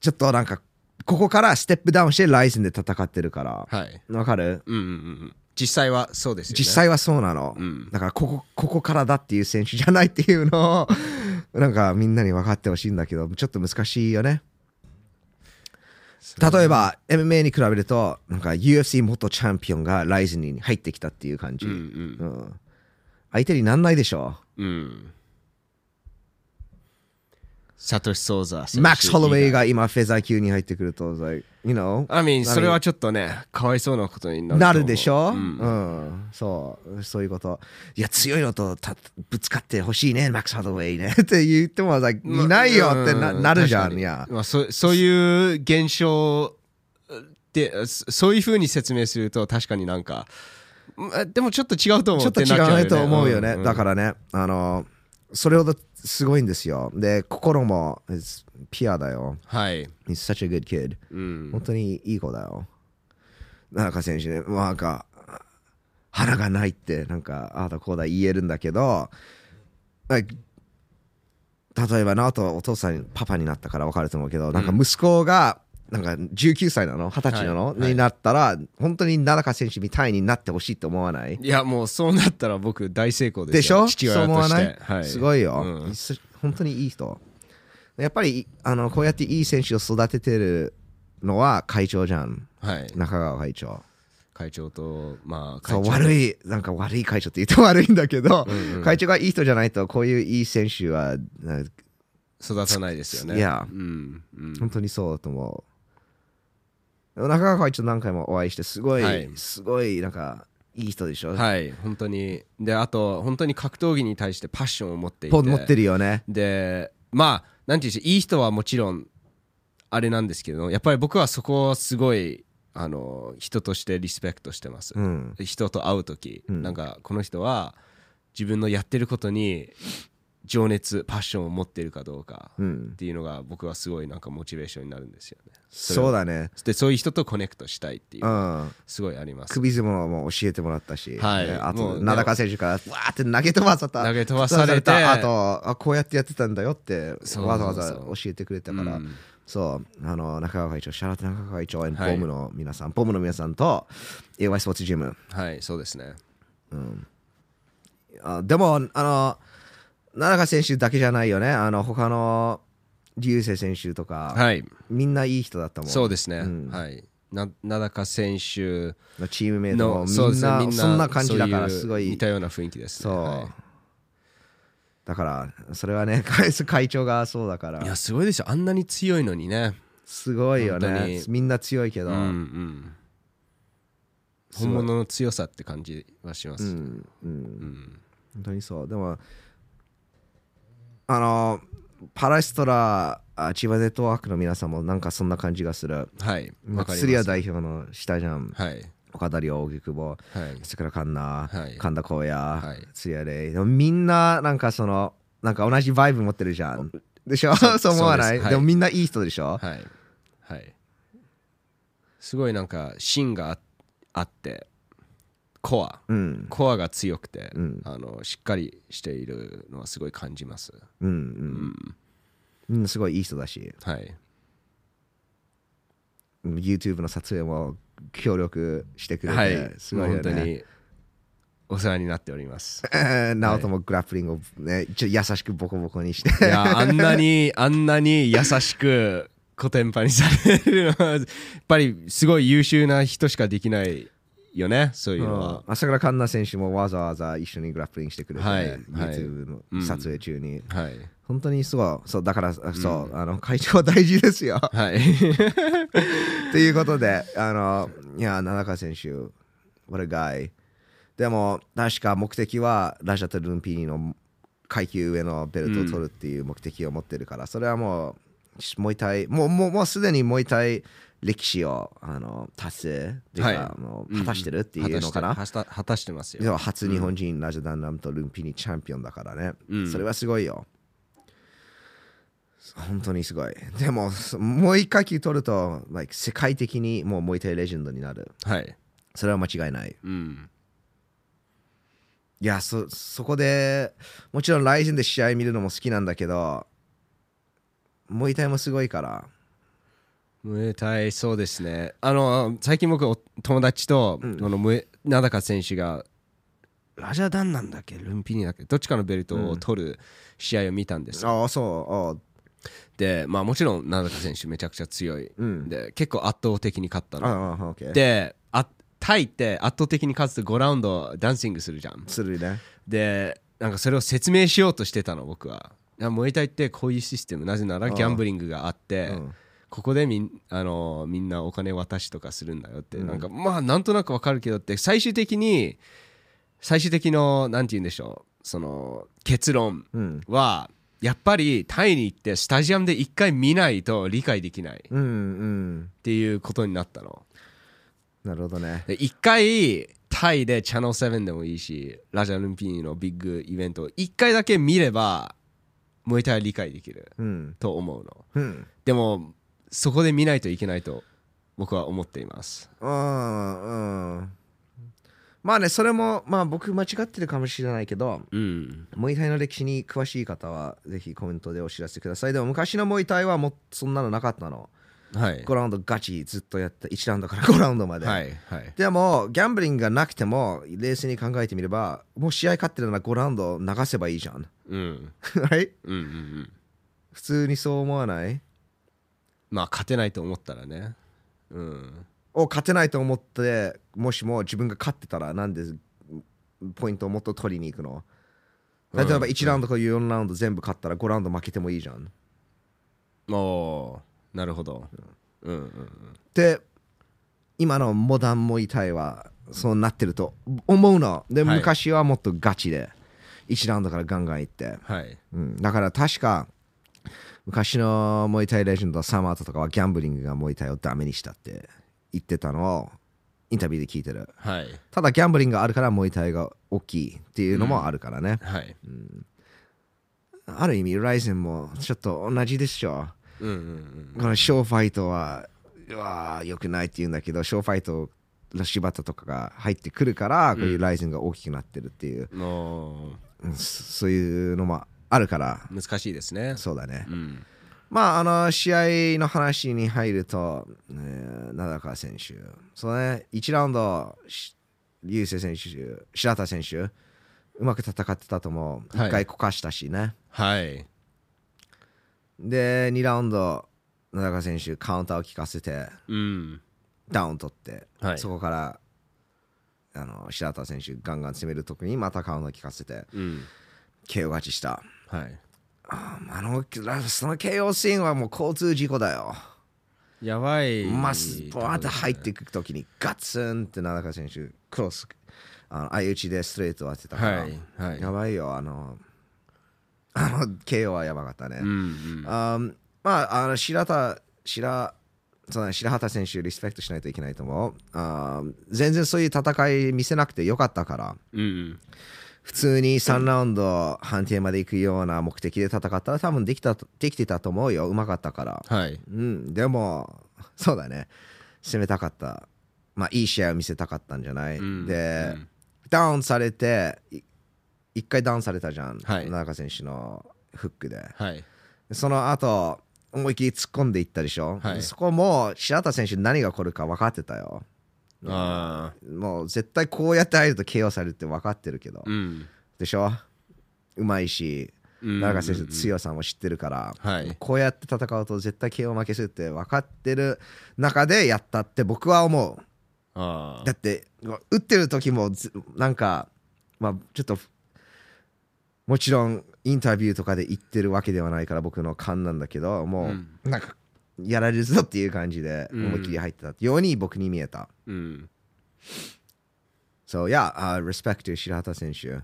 Speaker 1: ちょっとなんかここからステップダウンしてライゼンで戦ってるから
Speaker 2: はい
Speaker 1: わかる
Speaker 2: うんうんうん実際はそうですよね
Speaker 1: 実際はそうなの、
Speaker 2: うん
Speaker 1: だからここここからだっていう選手じゃないっていうのを <laughs> なんかみんなに分かってほしいんだけどちょっと難しいよね例えば MMA に比べるとなんか UFC 元チャンピオンがライズに入ってきたっていう感じ、
Speaker 2: う
Speaker 1: うんん相手になんないでしょ
Speaker 2: うんうんサトシ・ソーザ選手
Speaker 1: マックス・ホロウェイが今フェザー級に入ってくると like, you know
Speaker 2: I mean それはちょっとねかわいそうなことになると思う
Speaker 1: なるでしょ、う
Speaker 2: うんん
Speaker 1: そうそういうこといや強いのとたぶつかってほしいねマックス・ハドウェイね <laughs> って言っても、like, いないよってな,、
Speaker 2: うん
Speaker 1: なるじゃ
Speaker 2: 確
Speaker 1: ん
Speaker 2: か
Speaker 1: い
Speaker 2: に
Speaker 1: や
Speaker 2: まあ、そそういう現象でそそういうふうに説明すると確かになんかうんでもちょっと違うと思う
Speaker 1: ちょっと違
Speaker 2: てなちゃ
Speaker 1: うねと思うよね、
Speaker 2: んん
Speaker 1: だからねあのそれほどすごいんですよで心もピアだよ
Speaker 2: はい、
Speaker 1: He's such a good kid
Speaker 2: うん、
Speaker 1: 本当にいい子だよ奈中選手ねまあなんか腹がないってなんかああだこうだ言えるんだけど like 例えばなあとお父さんパパになったから分かると思うけど、なんか息子がなんか19歳なの20歳なの、
Speaker 2: はいはい
Speaker 1: になったら本当に奈中選手みたいになってほしいと思わない
Speaker 2: いやもうそうなったら僕大成功です
Speaker 1: でしょ
Speaker 2: よ父親として
Speaker 1: そう思わない、
Speaker 2: はい、
Speaker 1: すごいよ、
Speaker 2: うん
Speaker 1: す本当にいい人やっぱりあのこうやっていい選手を育ててるのは会長じゃん
Speaker 2: はい、
Speaker 1: 中川会長
Speaker 2: 会長とまあ会
Speaker 1: そう
Speaker 2: 長
Speaker 1: 悪いなんか悪い会長って言うと悪いんだけど、会長がいい人じゃないとこういういい選手はな
Speaker 2: 育たないですよね
Speaker 1: いや
Speaker 2: うんうん
Speaker 1: 本当にそうだと思う、中川会長何回もお会いしてすごい、
Speaker 2: はい
Speaker 1: すごいなんかいい人でしょ、
Speaker 2: はい本当にであと本当に格闘技に対してパッションを持っていて
Speaker 1: ポン持ってるよね
Speaker 2: でまあなんていうんでしょういい人はもちろんあれなんですけどやっぱり僕はそこをすごいあの人としてリスペクトしてます、
Speaker 1: うん
Speaker 2: 人と会う時、
Speaker 1: うん
Speaker 2: なんかこの人は自分のやってることに情熱パッションを持ってるかどうか
Speaker 1: う
Speaker 2: っ
Speaker 1: ん
Speaker 2: ていうのが僕はすごいなんかモチベーションになるんですよねれは
Speaker 1: そうだね
Speaker 2: でそういう人とコネクトしたいっていう
Speaker 1: うん
Speaker 2: すごいあります
Speaker 1: 首相撲も教えてもらったし、
Speaker 2: はい
Speaker 1: ねあ
Speaker 2: も
Speaker 1: と
Speaker 2: う
Speaker 1: 名高選手からわーって投げ飛ばされた
Speaker 2: 投げ飛ばされて
Speaker 1: たあとあこうやってやってたんだよって
Speaker 2: そう
Speaker 1: わざわざ
Speaker 2: そ
Speaker 1: 教
Speaker 2: う
Speaker 1: えてくれたから、
Speaker 2: うん
Speaker 1: そうあの中川会長シャラト中川会長、ボ
Speaker 2: はい
Speaker 1: ムの皆さんボムの皆さんと AY スポーツジム
Speaker 2: はいそうですね
Speaker 1: あでもあの名高選手だけじゃないよねあの他の流星選手とか、
Speaker 2: はい
Speaker 1: みんないい人だったもん
Speaker 2: そうですね、
Speaker 1: うん
Speaker 2: はいな名高選手
Speaker 1: のチームメイトも
Speaker 2: の
Speaker 1: み
Speaker 2: そうで
Speaker 1: ん
Speaker 2: すね
Speaker 1: な
Speaker 2: みんな
Speaker 1: そんな感じだから
Speaker 2: そうう
Speaker 1: すごい
Speaker 2: 似たような雰囲気です
Speaker 1: そ
Speaker 2: ね
Speaker 1: う、
Speaker 2: は
Speaker 1: だからそれはね <laughs> 会会長がそうだか
Speaker 2: いいや
Speaker 1: ら
Speaker 2: すごいですよあんなに強いのにね
Speaker 1: すごいよ
Speaker 2: 本当に
Speaker 1: ねみんな強いけど、
Speaker 2: うんうん
Speaker 1: すごい
Speaker 2: 本物の強さって感じはします、
Speaker 1: うんうん
Speaker 2: うん
Speaker 1: 本当にそうでもあのパラエストラあ千葉ネットワークの皆さんもなんかそんな感じがする
Speaker 2: はいわかり
Speaker 1: スリ
Speaker 2: ま
Speaker 1: ア
Speaker 2: す
Speaker 1: 代表の下じゃん
Speaker 2: はい
Speaker 1: 岡田亮荻久保
Speaker 2: はい
Speaker 1: 桜環奈、
Speaker 2: はい
Speaker 1: 神田光也、
Speaker 2: はい
Speaker 1: スリアレイでもみんななんかそのなんか同じバイブ持ってるじゃんでしょ <laughs> そう思わない
Speaker 2: そうですは
Speaker 1: で,、
Speaker 2: い
Speaker 1: もみんないい人でしょ、
Speaker 2: はいはいすごいなんか芯がああってコア
Speaker 1: うん
Speaker 2: コアが強くて、
Speaker 1: うん
Speaker 2: あのしっかりしているのはすごい感じます、
Speaker 1: うんう
Speaker 2: うんん
Speaker 1: みんなすごいいい人だし
Speaker 2: はい
Speaker 1: うん YouTube の撮影も協力してくれて、
Speaker 2: はい
Speaker 1: すごいよ
Speaker 2: もう本当
Speaker 1: ね
Speaker 2: にお世話になっております
Speaker 1: 直人もグラップリングをねちょ優しくボコボコにして
Speaker 2: いやあんなにあんなに優しくコテンパンにされるのはやっぱりすごい優秀な人しかできないよねそういうのは、
Speaker 1: うん朝倉環奈選手もわざわざ一緒にグラップリングしてくれて、ね
Speaker 2: はい
Speaker 1: YouTube
Speaker 2: う
Speaker 1: の
Speaker 2: ん
Speaker 1: 撮影中に、
Speaker 2: はい
Speaker 1: 本当にすごいそうだからそう、あの会長は大事ですよ
Speaker 2: はい
Speaker 1: ということであのいや七川選手 what a guy でも確か目的はラジャタルンピーニの階級上のベルトを取るっていう目的を持ってるから、それはもうもう一体もうもうもうすでにもう一体歴史をあの達成っていうか、
Speaker 2: はい
Speaker 1: もう果たしてるっていうのかな、
Speaker 2: 果たして果た果たしてます
Speaker 1: で
Speaker 2: よ
Speaker 1: も初日本人ラジャダンナムとルンピニチャンピオンだからね、
Speaker 2: うん
Speaker 1: それはすごいよ本当にすごいでもそもう一回級取ると、like 世界的にもうモイテイレジェンドになる
Speaker 2: はい
Speaker 1: それは間違いない
Speaker 2: うん
Speaker 1: いやそそこでもちろんライジンで試合見るのも好きなんだけどモイタイもすごいから
Speaker 2: ムエタイそうですねあの最近僕お友達と、あのムエ名高選手がラジャダンなんだっけルンピニだっけどっちかのベルトを取る試合を見たんですよ、
Speaker 1: ああそう
Speaker 2: でまあもちろん名高選手めちゃくちゃ強い、
Speaker 1: うん
Speaker 2: で結構圧倒的に勝った
Speaker 1: ああ
Speaker 2: の、
Speaker 1: ああ OK
Speaker 2: であタイって圧倒的に勝つと5ラウンドダンシングするじゃん
Speaker 1: するね
Speaker 2: でなんかそれを説明しようとしてたの僕はいやモエタイってこういうシステムなぜならギャンブリングがあって、
Speaker 1: うん
Speaker 2: ここでみん,、あのーみんなお金渡しとかするんだよって、なんかまあなんとなくわかるけどって最終的に最終的のなんて言うんでしょうその結論
Speaker 1: うん
Speaker 2: はやっぱりタイに行ってスタジアムで一回見ないと理解できないっ
Speaker 1: うんうん
Speaker 2: ていうことになったの。
Speaker 1: なるほどね
Speaker 2: で一回タイでチャンネル7でもいいしラジャルンピーニのビッグイベントを一回だけ見ればもう一回理解できる
Speaker 1: うん
Speaker 2: と思うの
Speaker 1: うん
Speaker 2: でもそこで見ないといけないと僕は思っています
Speaker 1: うんうんまあねそれもまあ僕間違ってるかもしれないけど
Speaker 2: うん
Speaker 1: モイタイの歴史に詳しい方はぜひコメントでお知らせくださいでも昔のモイタイはもうそんなのなかったの
Speaker 2: はい
Speaker 1: 5ラウンドガチずっとやって1ラウンドから5ラウンドまで、
Speaker 2: はいはい
Speaker 1: でもギャンブリングがなくても冷静に考えてみればもう試合勝ってるなら5ラウンド流せばいいじゃん <laughs>
Speaker 2: うん
Speaker 1: はい
Speaker 2: うんうんうん
Speaker 1: 普通にそう思わない
Speaker 2: まあ勝てないと思ったらねうん
Speaker 1: を勝てないと思ってもしも自分が勝ってたらなんでうんポイントをもっと取りに行くの例えば1ラウンドから4ラウンド全部勝ったら5ラウンド負けてもいいじゃん。
Speaker 2: おーなるほどうんうん
Speaker 1: で今のモダンモイタイはそうなってると思うの。で
Speaker 2: はい
Speaker 1: 昔はもっとガチで1ラウンドからガンガンいって、
Speaker 2: はい
Speaker 1: うん、だから確か昔のモイタイレジェンドサマートとかはギャンブリングがモイタイをダメにしたって言ってたのをインタビューで聞いてる。
Speaker 2: はい
Speaker 1: ただギャンブリングがあるからモイタイが大きいっていうのもあるからね、
Speaker 2: はい
Speaker 1: ある意味ライゼンもちょっと同じでしょ
Speaker 2: うんうんうん
Speaker 1: このショーファイトはうわー良くないって言うんだけどショーファイトの柴田とかが入ってくるからこういうライゼンが大きくなってるっていう、
Speaker 2: おー
Speaker 1: うんそそういうのもあるから
Speaker 2: 難しいですね
Speaker 1: そうだね
Speaker 2: うん
Speaker 1: まああの試合の話に入ると、えー、名高選手そうね1ラウンドし流星選手白田選手うまく戦ってたとも
Speaker 2: はい
Speaker 1: 1回こかしたしね、
Speaker 2: はい。
Speaker 1: で2ラウンド名高選手カウンターを効かせて
Speaker 2: うん。
Speaker 1: ダウン取って、
Speaker 2: はい
Speaker 1: そこからあの白田選手ガンガン攻める時にまたカウンター効かせて
Speaker 2: うん
Speaker 1: KO 勝ちした
Speaker 2: はい
Speaker 1: ああのラその KO シーンはもう交通事故だよ
Speaker 2: やばい
Speaker 1: まあスバーッと入っていく時にガツンって奈良川選手クロスあの相打ちでストレートを当てたから、
Speaker 2: はいはい
Speaker 1: やばいよあの <laughs> あの KO はやばかったね、
Speaker 2: うんうん
Speaker 1: あーまあ、あの白田白そうだね白畑選手リスペクトしないといけないと思うあー全然そういう戦い見せなくてよかったから
Speaker 2: うん
Speaker 1: 普通に3ラウンド判定まで行くような目的で戦ったら多分できたとできてたと思うようまかったから
Speaker 2: はい
Speaker 1: うんでもそうだね攻めたかったまあいい試合を見せたかったんじゃない、
Speaker 2: うん
Speaker 1: で、
Speaker 2: うん
Speaker 1: ダウンされてい一回ダウンされたじゃん、
Speaker 2: はい
Speaker 1: 奈良選手のフックで
Speaker 2: はい
Speaker 1: その後思いっきり突っ込んでいったでしょ、
Speaker 2: はい
Speaker 1: そこも白田選手何が起こるか分かってたよ
Speaker 2: ああ
Speaker 1: もう絶対こうやって入ると KO されるって分かってるけど、
Speaker 2: うん
Speaker 1: でしょうまいし
Speaker 2: うん
Speaker 1: 奈良選手の強さも知ってるから、
Speaker 2: はい
Speaker 1: こうやって戦うと絶対 KO 負けするって分かってる中でやったって僕は思う
Speaker 2: ああ
Speaker 1: だって打ってる時もずなんかまあちょっともちろんインタビューとかで言ってるわけではないから僕の勘なんだけどもう、
Speaker 2: うん
Speaker 1: なんかやられるぞっていう感じで
Speaker 2: うん
Speaker 1: 思いっきり入ってたように僕に見えた。
Speaker 2: うん
Speaker 1: そういや、yeah, uh, respect to 白畑選手。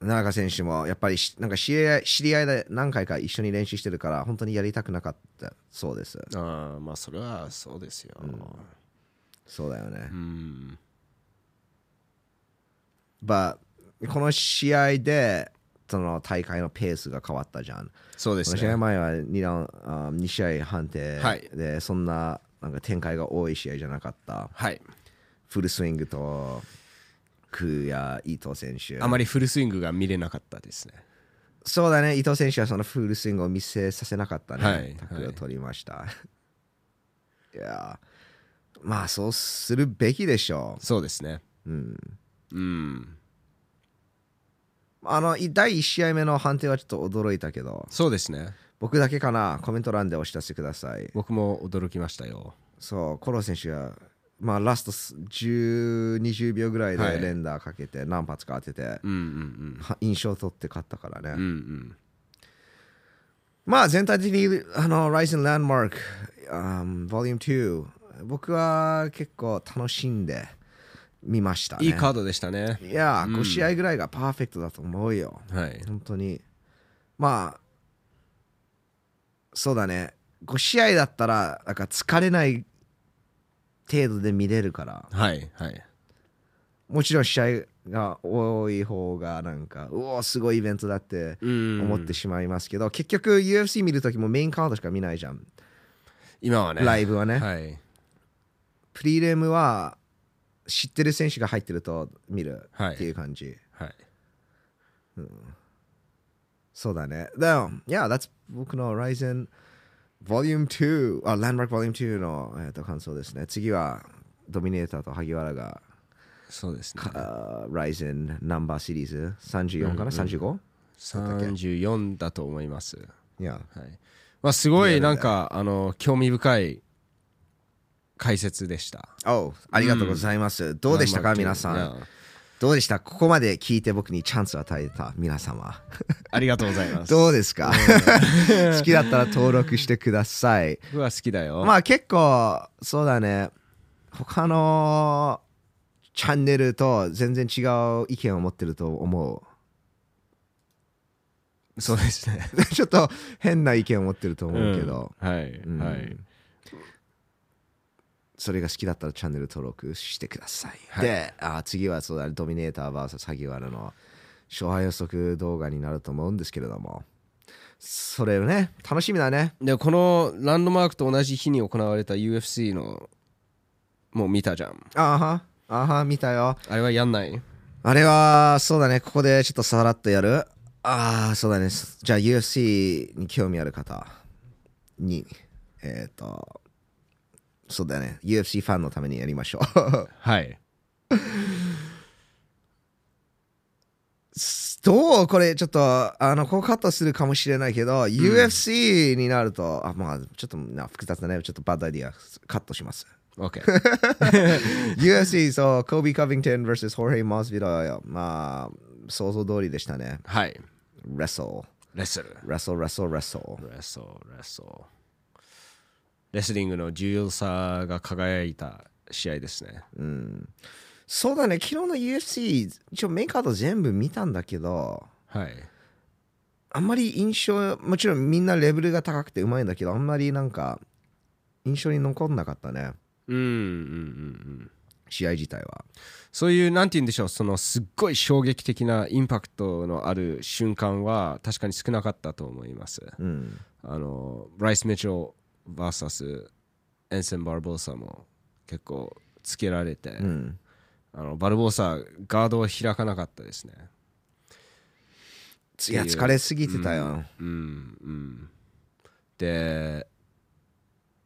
Speaker 1: 奈良選手もやっぱりしなんか知り合い知り合いで何回か一緒に練習してるから本当にやりたくなかったそうです。
Speaker 2: ああまあそれはそうですよ
Speaker 1: そうだよね
Speaker 2: う。ん
Speaker 1: But この試合でその大会のペースが変わったじゃん。
Speaker 2: そうで
Speaker 1: こ
Speaker 2: す
Speaker 1: の試
Speaker 2: ね
Speaker 1: 合前は 2, ラウンあ2試合判定
Speaker 2: はい
Speaker 1: でそんななんか展開が多い試合じゃなかった。
Speaker 2: はい
Speaker 1: フルスイングと空也伊藤選手
Speaker 2: あまりフルスイングが見れなかったですね
Speaker 1: そうだね伊藤選手はそのフルスイングを見せさせなかったね、
Speaker 2: はい
Speaker 1: タックルを取りました、 <laughs> い、やーまあそうするべきでしょ
Speaker 2: そうですね
Speaker 1: う、うん、
Speaker 2: うん
Speaker 1: あのい第1試合目の判定はちょっと驚いたけど
Speaker 2: そうですね
Speaker 1: 僕だけかなコメント欄でお知らせください
Speaker 2: 僕も驚きましたよ
Speaker 1: そうコロ選手がまあラスト1020秒ぐらい
Speaker 2: はい
Speaker 1: で連打かけて何発か当てて、
Speaker 2: うんうん
Speaker 1: は印象取って勝ったからね、
Speaker 2: うんうんうん
Speaker 1: まあ全体的にあの Rising Landmark、um, Volume 2僕は結構楽しんで見ましたね。
Speaker 2: いいカードでしたね
Speaker 1: いやー、5試合ぐらいがパーフェクトだと思うよ。
Speaker 2: はい
Speaker 1: 本当に。まあ、そうだね。5試合だったら、なんか疲れない程度で見れるから、
Speaker 2: はいはい
Speaker 1: もちろん試合が多い方が、なんか、うおー、すごいイベントだって
Speaker 2: うん
Speaker 1: 思ってしまいますけど、結局 UFC 見るときもメインカードしか見ないじゃん。
Speaker 2: 今はね
Speaker 1: ライブはね、
Speaker 2: はい
Speaker 1: プリレムは知ってる選手が入ってると見る
Speaker 2: はい
Speaker 1: っていう感じ、
Speaker 2: はい
Speaker 1: そうだねでも Yeah that's 僕の Ryzen Volume 2あ Landmark Volume 2の、えー、と感想ですね次はドミネーターと萩原が、
Speaker 2: そうですね
Speaker 1: あー Ryzen ナンバーシリーズ34かな、35?
Speaker 2: 34だと思います
Speaker 1: Yeah
Speaker 2: はいまあすごいなんかあの興味深い解説でした
Speaker 1: おありがとうございます、どうでしたか皆さ
Speaker 2: い
Speaker 1: ん
Speaker 2: や
Speaker 1: どうでしたここまで聞いて僕にチャンスを与えた皆様
Speaker 2: ありがとうございます
Speaker 1: どうですか <laughs> 好きだったら登録してください
Speaker 2: 僕は好きだよ
Speaker 1: まあ結構そうだね他のチャンネルと全然違う意見を持ってると思
Speaker 2: そうですね
Speaker 1: う <laughs> ちょっと変な意見を持ってると思うけど、
Speaker 2: うんはい
Speaker 1: うん
Speaker 2: はい
Speaker 1: それが好きだったらチャンネル登録してください、
Speaker 2: はい
Speaker 1: であ次はそうだねドミネーター VS 萩原の勝敗予測動画になると思うんですけれどもそれをね楽しみだね
Speaker 2: でこのランドマークと同じ日に行われた UFC のもう見たじゃん
Speaker 1: あはあは見たよ
Speaker 2: あれはやんない
Speaker 1: あれは、そうだね、ここでちょっとさらっとやる。ああ、そうだね。そじゃあ UFC に興味ある方に、えっ、と、そうだね、UFC ファンのためにやりましょう。
Speaker 2: はい
Speaker 1: す <laughs> どうこれちょっとあのここカットするかもしれないけど、UFC になるとあまあちょっとな複雑だねちょっとバッドアイディアカットします
Speaker 2: OK。
Speaker 1: <laughs> UFC そうコー <laughs> ビー・カビントン vs ホーヘイ・マスビラよまあ想像通りでしたね
Speaker 2: はい。
Speaker 1: wrestle
Speaker 2: レッスル。
Speaker 1: wrestle wrestle wrestle
Speaker 2: レソレソレスリングの重要さが輝いた試合ですね。
Speaker 1: そうだね昨日の UFC 一応メインカード全部見たんだけど
Speaker 2: はい。
Speaker 1: あんまり印象もちろんみんなレベルが高くてうまいんだけどあんまりなんか印象に残んなかったね
Speaker 2: うんうんうんうん。
Speaker 1: 試合自体は
Speaker 2: そういうなんて言うんでしょうそのすっごい衝撃的なインパクトのある瞬間は確かに少なかったと思います。
Speaker 1: うん
Speaker 2: あのブライス・メチョル VS エンセン・バルボーサも結構つけられて、
Speaker 1: うん
Speaker 2: あのバルボーサガードを開かなかったですね。
Speaker 1: いや疲れすぎてたよ
Speaker 2: うんうん、で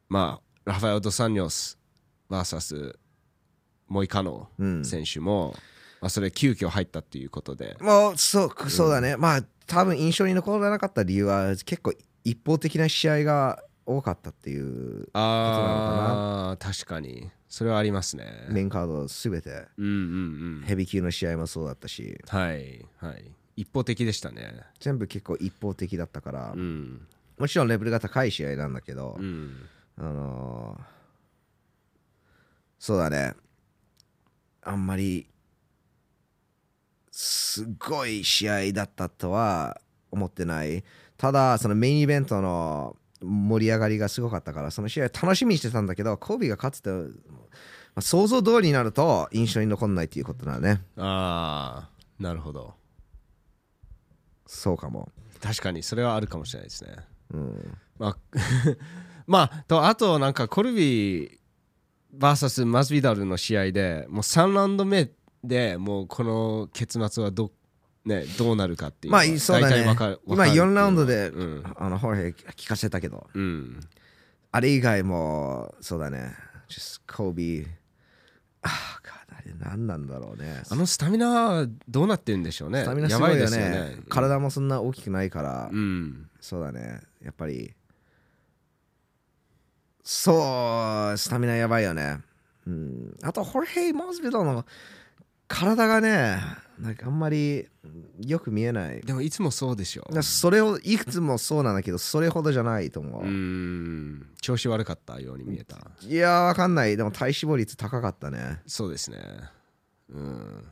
Speaker 2: まあラファエル・ド・サンニョス VS モイカノ
Speaker 1: うん
Speaker 2: 選手も、まあ、それ急遽入ったっていうことで、
Speaker 1: もうそうそうだね、まあ多分印象に残らなかった理由は結構一方的な試合が多かったっていう
Speaker 2: ああ確かにそれはありますね。
Speaker 1: メインカード全て
Speaker 2: うんうんうん
Speaker 1: ヘビー級の試合もそうだったし
Speaker 2: はいはい一方的でしたね。
Speaker 1: 全部結構一方的だったから、
Speaker 2: うん
Speaker 1: もちろんレベルが高い試合なんだけど、
Speaker 2: うん
Speaker 1: あのーそうだねあんまりすごい試合だったとは思ってないただそのメインイベントの盛り上がりがすごかったからその試合楽しみにしてたんだけどコービーが勝つって、まあ想像通りになると印象に残んないっていうことだね
Speaker 2: ああなるほど
Speaker 1: そうかも
Speaker 2: 確かにそれはあるかもしれないですね。
Speaker 1: うん
Speaker 2: まあ、 <laughs> まあ、とあとなんかコルビー VS マスビダルの試合でもう3ラウンド目でもうこの結末はど,、ね、どうなるかっていうの
Speaker 1: ま
Speaker 2: は
Speaker 1: あそうだ
Speaker 2: 大
Speaker 1: ね
Speaker 2: 体わかるわ
Speaker 1: 今
Speaker 2: かるっていう
Speaker 1: 4ラウンドで、
Speaker 2: うん
Speaker 1: あのホルヘイ聞かせたけど
Speaker 2: うん
Speaker 1: あれ以外も、そうだね。just Kobe。ああ、God あれ何なんだろうね。
Speaker 2: あのスタミナはどうなってるんでしょうね
Speaker 1: スタミナす
Speaker 2: や
Speaker 1: ご
Speaker 2: ば
Speaker 1: い
Speaker 2: いで
Speaker 1: よ
Speaker 2: すよ
Speaker 1: ね。
Speaker 2: ね
Speaker 1: 体もそんな大きくないから、
Speaker 2: うん
Speaker 1: そうだね。やっぱり、そう、スタミナやばいよね。うん、あと、ホルヘイ・モズビドの体がね、なんかあんまりよく見えない。
Speaker 2: でもいつもそうでしょ
Speaker 1: なそれをいくつもそうなんだけど、それほどじゃないと思う。
Speaker 2: うん調子悪かったように見えた
Speaker 1: いやー、わかんない。でも体脂肪率高かったね。
Speaker 2: そうですねうん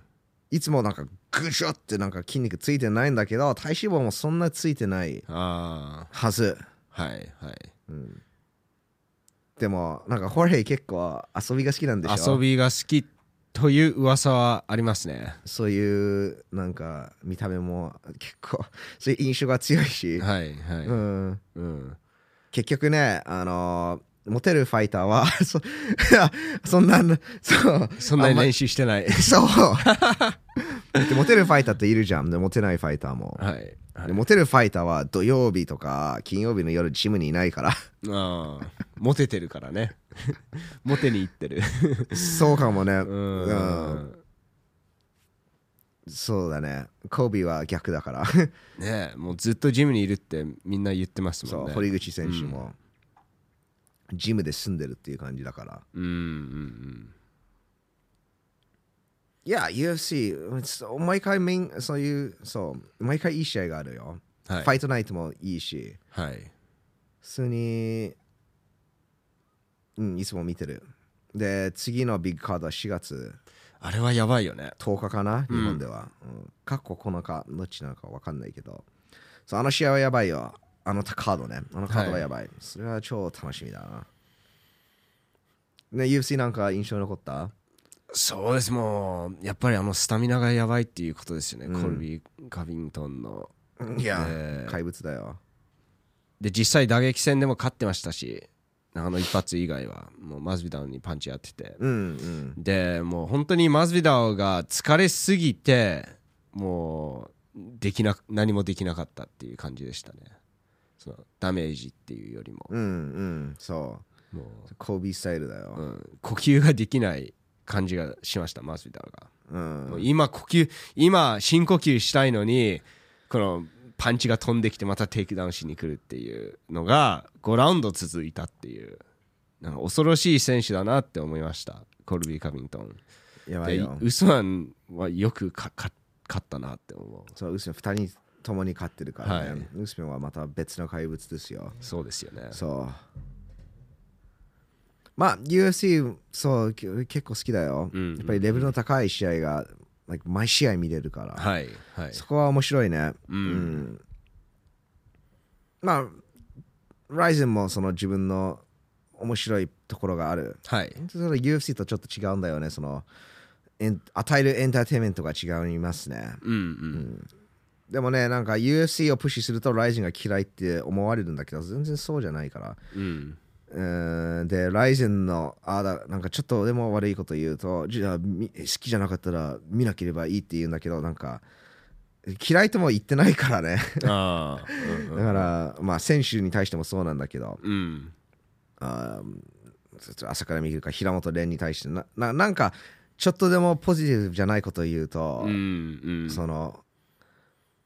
Speaker 1: いつもなんかぐしょってなんか筋肉ついてないんだけど体脂肪もそんなついてない
Speaker 2: あ
Speaker 1: はず、
Speaker 2: あはいはい
Speaker 1: うん、でもなんかホレイ結構遊びが好きなんでしょ
Speaker 2: 遊びが好きという噂はありますね
Speaker 1: そういうなんか見た目も結構そういう印象が強いし、
Speaker 2: はいはい、う
Speaker 1: うんん、結局ねあのーモテるファイターは <laughs> そそんなそう <laughs>
Speaker 2: そんな
Speaker 1: あ
Speaker 2: に
Speaker 1: んま
Speaker 2: 練習してない、
Speaker 1: そうでモテるファイターっているじゃんでモテないファイターも
Speaker 2: <laughs> はい、はい、
Speaker 1: でモテるファイターは土曜日とか金曜日の夜ジムにいないから
Speaker 2: ああモテてるからね <laughs> モテに行
Speaker 1: <laughs>
Speaker 2: ってる
Speaker 1: そうかもね
Speaker 2: う
Speaker 1: うん
Speaker 2: ん
Speaker 1: そうだねコービーは逆だから
Speaker 2: ねえもうずっとジムにいるってみんな言ってます
Speaker 1: そ
Speaker 2: もん
Speaker 1: う
Speaker 2: ね
Speaker 1: 堀口選手もジムで住んでるっていう感じだから
Speaker 2: うんうん
Speaker 1: いや UFC そう毎回メインそういうそう毎回いい試合があるよ、
Speaker 2: うんはい
Speaker 1: ファイトナイトもいいし
Speaker 2: はい
Speaker 1: 普通にうんいつも見てるで次のビッグカードは4月
Speaker 2: あれはやばいよね
Speaker 1: 10日かな
Speaker 2: うん
Speaker 1: 日本では、うん、かっここのかどっちなのか分かんないけどそうあの試合はやばいよあのカードねあのカードはやばい、それは超楽しみだなね UFC なんか印象に残った
Speaker 2: そうですもうやっぱりあのスタミナがやばいっていうことですよね、
Speaker 1: うん
Speaker 2: コルビー・カビントンの
Speaker 1: いや
Speaker 2: えー
Speaker 1: 怪物だよ
Speaker 2: で実際打撃戦でも勝ってましたしあの一発以外はもうマズビダウンにパンチやってて
Speaker 1: うんうん
Speaker 2: でもう本当にマズビダオが疲れすぎてもうできな何もできなかったっていう感じでしたねそのダメージっていうよりも
Speaker 1: うんうんそ
Speaker 2: も
Speaker 1: うコービースタイルだよ
Speaker 2: う、う、ん、呼吸ができない感じがしましたマズビダオが
Speaker 1: うんうん
Speaker 2: もう今呼吸今深呼吸したいのにこのパンチが飛んできてまたテイクダウンしに来るっていうのが5ラウンド続いたっていうなんか恐ろしい選手だなって思いましたコルビー・カビントン
Speaker 1: やばい
Speaker 2: で
Speaker 1: よ
Speaker 2: ウスマンはよくかか勝ったなって思う
Speaker 1: そうウスメン2人ともに勝ってるからね、
Speaker 2: はい
Speaker 1: ウスメンはまた別の怪物ですよ
Speaker 2: そうですよね
Speaker 1: そうまあ UFC そうき結構好きだよ、
Speaker 2: うん
Speaker 1: やっぱりレベルの高い試合が、like 毎試合見れるから、
Speaker 2: はいはい
Speaker 1: そこは面白いね
Speaker 2: うん
Speaker 1: うんまあライゼンもその自分の面白いところがある
Speaker 2: はい
Speaker 1: それ UFC とちょっと違うんだよねそのエン与えるエンターテインメントが違いますね
Speaker 2: うんうん
Speaker 1: でもねなんか UFC をプッシュするとライゼンが嫌いって思われるんだけど全然そうじゃないから
Speaker 2: うん
Speaker 1: うーんでライゼンのああだなんかちょっとでも悪いこと言うとじゃあみ好きじゃなかったら見なければいいって言うんだけどなんか嫌いとも言ってないからね
Speaker 2: ああうん
Speaker 1: だから、まあ、選手に対してもそうなんだけど、
Speaker 2: うん
Speaker 1: あーちょっと朝から見るか、平本蓮に対してな、ななんか、ちょっとでもポジティブじゃないことを言うと、
Speaker 2: うんうん
Speaker 1: その、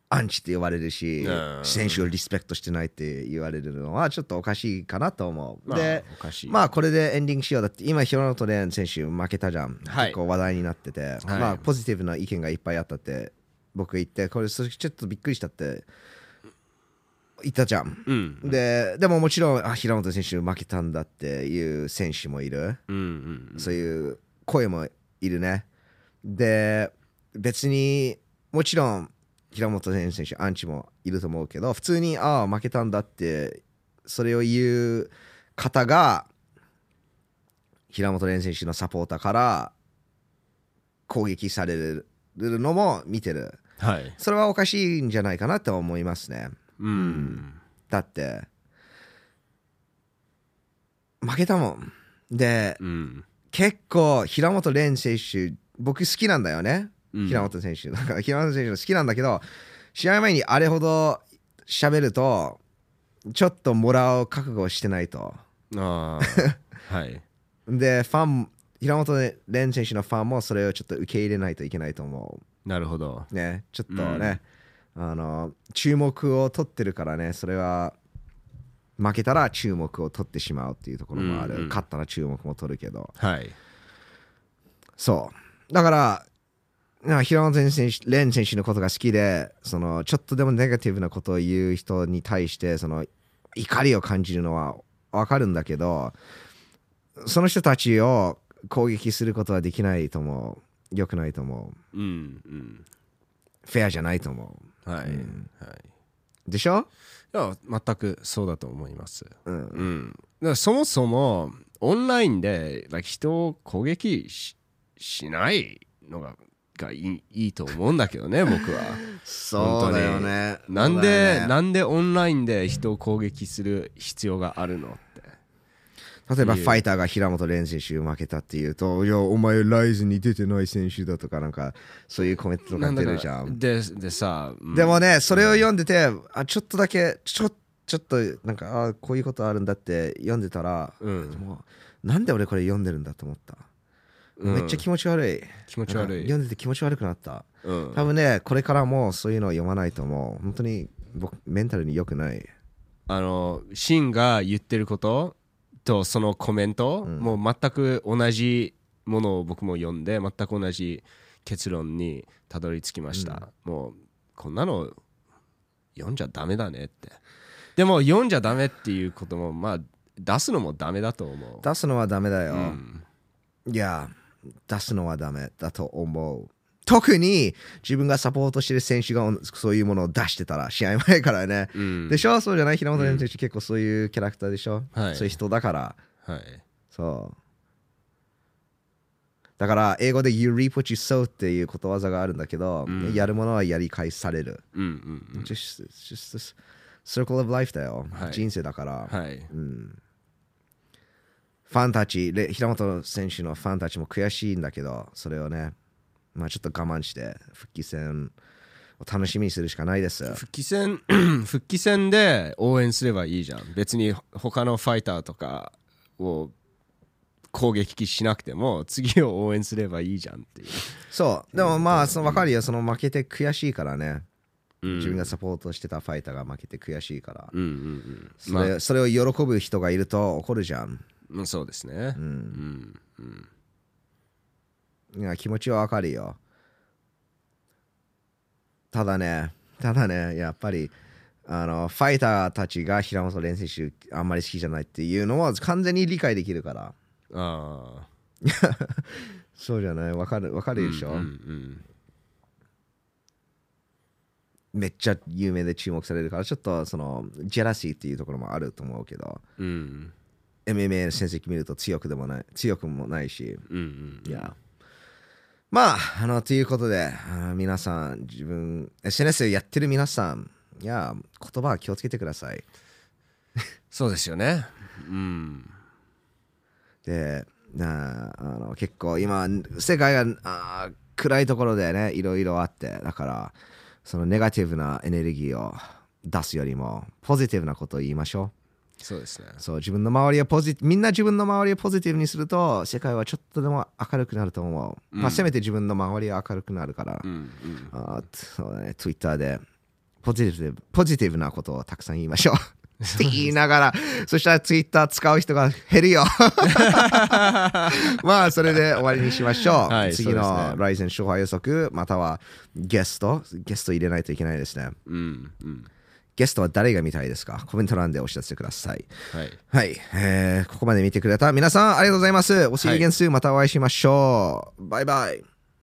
Speaker 1: アンチって言われるし
Speaker 2: う、ん
Speaker 1: 選手をリスペクトしてないって言われるのは、ちょっとおかしいかなと思う。
Speaker 2: まあ
Speaker 1: で、
Speaker 2: おかしい
Speaker 1: まあこれでエンディングしようだって今平本蓮選手負けたじゃん、
Speaker 2: はい
Speaker 1: 結構話題になってて、まあポジティブな意見がいっぱいあったって僕が言ってこれそれちょっとびっくりしたって言ったじゃん
Speaker 2: うん
Speaker 1: ででももちろんあ平本選手負けたんだっていう選手もいる、
Speaker 2: うんうん
Speaker 1: そういう声もいるねで別にもちろん平本選手アンチもいると思うけど普通にああ負けたんだってそれを言う方が平本蓮選手のサポーターから攻撃されるのも見てる
Speaker 2: はい
Speaker 1: それはおかしいんじゃないかなと思いますね
Speaker 2: うん
Speaker 1: だって負けたもんで
Speaker 2: うん
Speaker 1: 結構平本蓮選手僕好きなんだよね、
Speaker 2: うん
Speaker 1: 平本選手 <laughs> だから平本選手の好きなんだけど試合前にあれほど喋るとちょっともらう覚悟してないと
Speaker 2: <laughs> ああはい
Speaker 1: でファン平本蓮選手のファンもそれをちょっと受け入れないといけないと思
Speaker 2: なるほど
Speaker 1: うねちょっとね、あの注目を取ってるからねそれは負けたら注目を取ってしまうっていうところもある、
Speaker 2: うんうん
Speaker 1: 勝ったら注目も取るけど
Speaker 2: はい
Speaker 1: そう。だから、な平野選手、レン選手のことが好きで、そのちょっとでもネガティブなことを言う人に対して、その怒りを感じるのは分かるんだけど、その人たちを攻撃することはできないと思う。良くないと思う。
Speaker 2: うんうん
Speaker 1: フェアじゃないと思。
Speaker 2: はい、はい
Speaker 1: でしょ
Speaker 2: いいや全くそうだと思います
Speaker 1: うん
Speaker 2: うんだからそもそもオンラインで、like 人を攻撃ししないのががいいいいと思うんだけど <laughs> ね僕は
Speaker 1: そうだよね。
Speaker 2: な
Speaker 1: そ
Speaker 2: ん
Speaker 1: うだ
Speaker 2: で、
Speaker 1: よね
Speaker 2: なんでオンラインで人を攻撃する必要があるのって
Speaker 1: 例えばファイターが平本蓮選手負けたっていうと、いや、お前ライズに出てない選手だとか、なんか、そういうコメントと
Speaker 2: な
Speaker 1: か
Speaker 2: ん
Speaker 1: 出
Speaker 2: だか
Speaker 1: るじゃん。
Speaker 2: ででさ、うん
Speaker 1: でもね、それを読んでて、あちょっとだけ、ちょちょっと、なんか、あこういうことあるんだって読んでたら、
Speaker 2: うん
Speaker 1: もうなんで俺これ読んでるんだと思った。
Speaker 2: うん
Speaker 1: めっちゃ気持ち悪い。
Speaker 2: 気持ち
Speaker 1: なん
Speaker 2: 悪
Speaker 1: か
Speaker 2: い
Speaker 1: 読んでて気持ち悪くなった。
Speaker 2: うん
Speaker 1: 多分ね、これからもそういうのを読まないと思う。本当に僕、メンタルに良くない。
Speaker 2: あのシンが言ってることとそのコメント、もう全く同じものを僕も読んで全く同じ結論にたどり着きました、もうこんなの読んじゃダメだねってでも読んじゃダメっていうこともまあ出すのもダメだと思
Speaker 1: 出すのはダメだよ。
Speaker 2: う、うん
Speaker 1: いや、出すのはダメだと思う。特に自分がサポートしてる選手がそういうものを出してたら、試合前からね。
Speaker 2: うん
Speaker 1: でしょそうじゃない平本蓮選手結構そういうキャラクターでしょ、
Speaker 2: はい
Speaker 1: そういう人だから
Speaker 2: はい
Speaker 1: そうだから英語で「You reap what you sow」っていうことわざがあるんだけど、やるものはやり返される、
Speaker 2: うんうん
Speaker 1: just, just this circle of life だよ、
Speaker 2: はい
Speaker 1: 人生だから、
Speaker 2: うんはい
Speaker 1: ファンたちレ平本選手のファンたちも悔しいんだけどそれをねまあちょっと我慢して復帰戦を楽しみにするしかないです
Speaker 2: 復帰戦 <clears throat> 復帰戦で応援すればいいじゃん別に他のファイターとかを攻撃しなくても次を応援すればいいじゃんっていう、
Speaker 1: そうでもまあその分かるよその負けて悔しいからね、
Speaker 2: うん、
Speaker 1: 自分がサポートしてたファイターが負けて悔しいから、
Speaker 2: うんうんうん
Speaker 1: そ
Speaker 2: ま
Speaker 1: れそれを喜ぶ人がいると怒るじゃん、
Speaker 2: あそうですね
Speaker 1: う、ん、
Speaker 2: うん
Speaker 1: いや気持ちはわかるよただねただねやっぱりあのファイターたちが平本蓮選手あんまり好きじゃないっていうのは完全に理解できるから <laughs>
Speaker 2: ああ
Speaker 1: そうじゃないわかるわかるでしょ、
Speaker 2: うんうん
Speaker 1: めっちゃ有名で注目されるからちょっとそのジェラシーっていうところもあると思うけど
Speaker 2: うんうん
Speaker 1: MMA の成績見ると強くでもない強くもないし
Speaker 2: うんうん
Speaker 1: いやまああのということであの皆さん自分 SNS やってる皆さんいや言葉は気をつけてください
Speaker 2: そうですよねうん
Speaker 1: でなああの結構今世界があー暗いところでねいろいろあってだからそのネガティブなエネルギーを出すよりもポジティブなことを言いましょ
Speaker 2: そうですね
Speaker 1: うそう自分の周りをポジみんな自分の周りをポジティブにすると世界はちょっとでも明るくなると思う、まあせめて自分の周りは明るくなるから、
Speaker 2: うんうん
Speaker 1: あーそうだね、Twitter でポジティブポジティブなことをたくさん言いましょう。
Speaker 2: <laughs>
Speaker 1: って言いながら、そしたら Twitter 使う人が減
Speaker 2: <laughs>
Speaker 1: るよ。まあ、それで終わりにしましょう。
Speaker 2: はい
Speaker 1: 次
Speaker 2: そうですね
Speaker 1: のライゼン勝敗予測、またはゲスト、ゲスト入れないといけないですね。
Speaker 2: うんうん
Speaker 1: ゲストは誰が見たいですかコメント欄でお知らせください。
Speaker 2: はい
Speaker 1: はい、えーここまで見てくれた皆さんありがとうございます。お See you again soon、またお会いしましょう。バイバイ。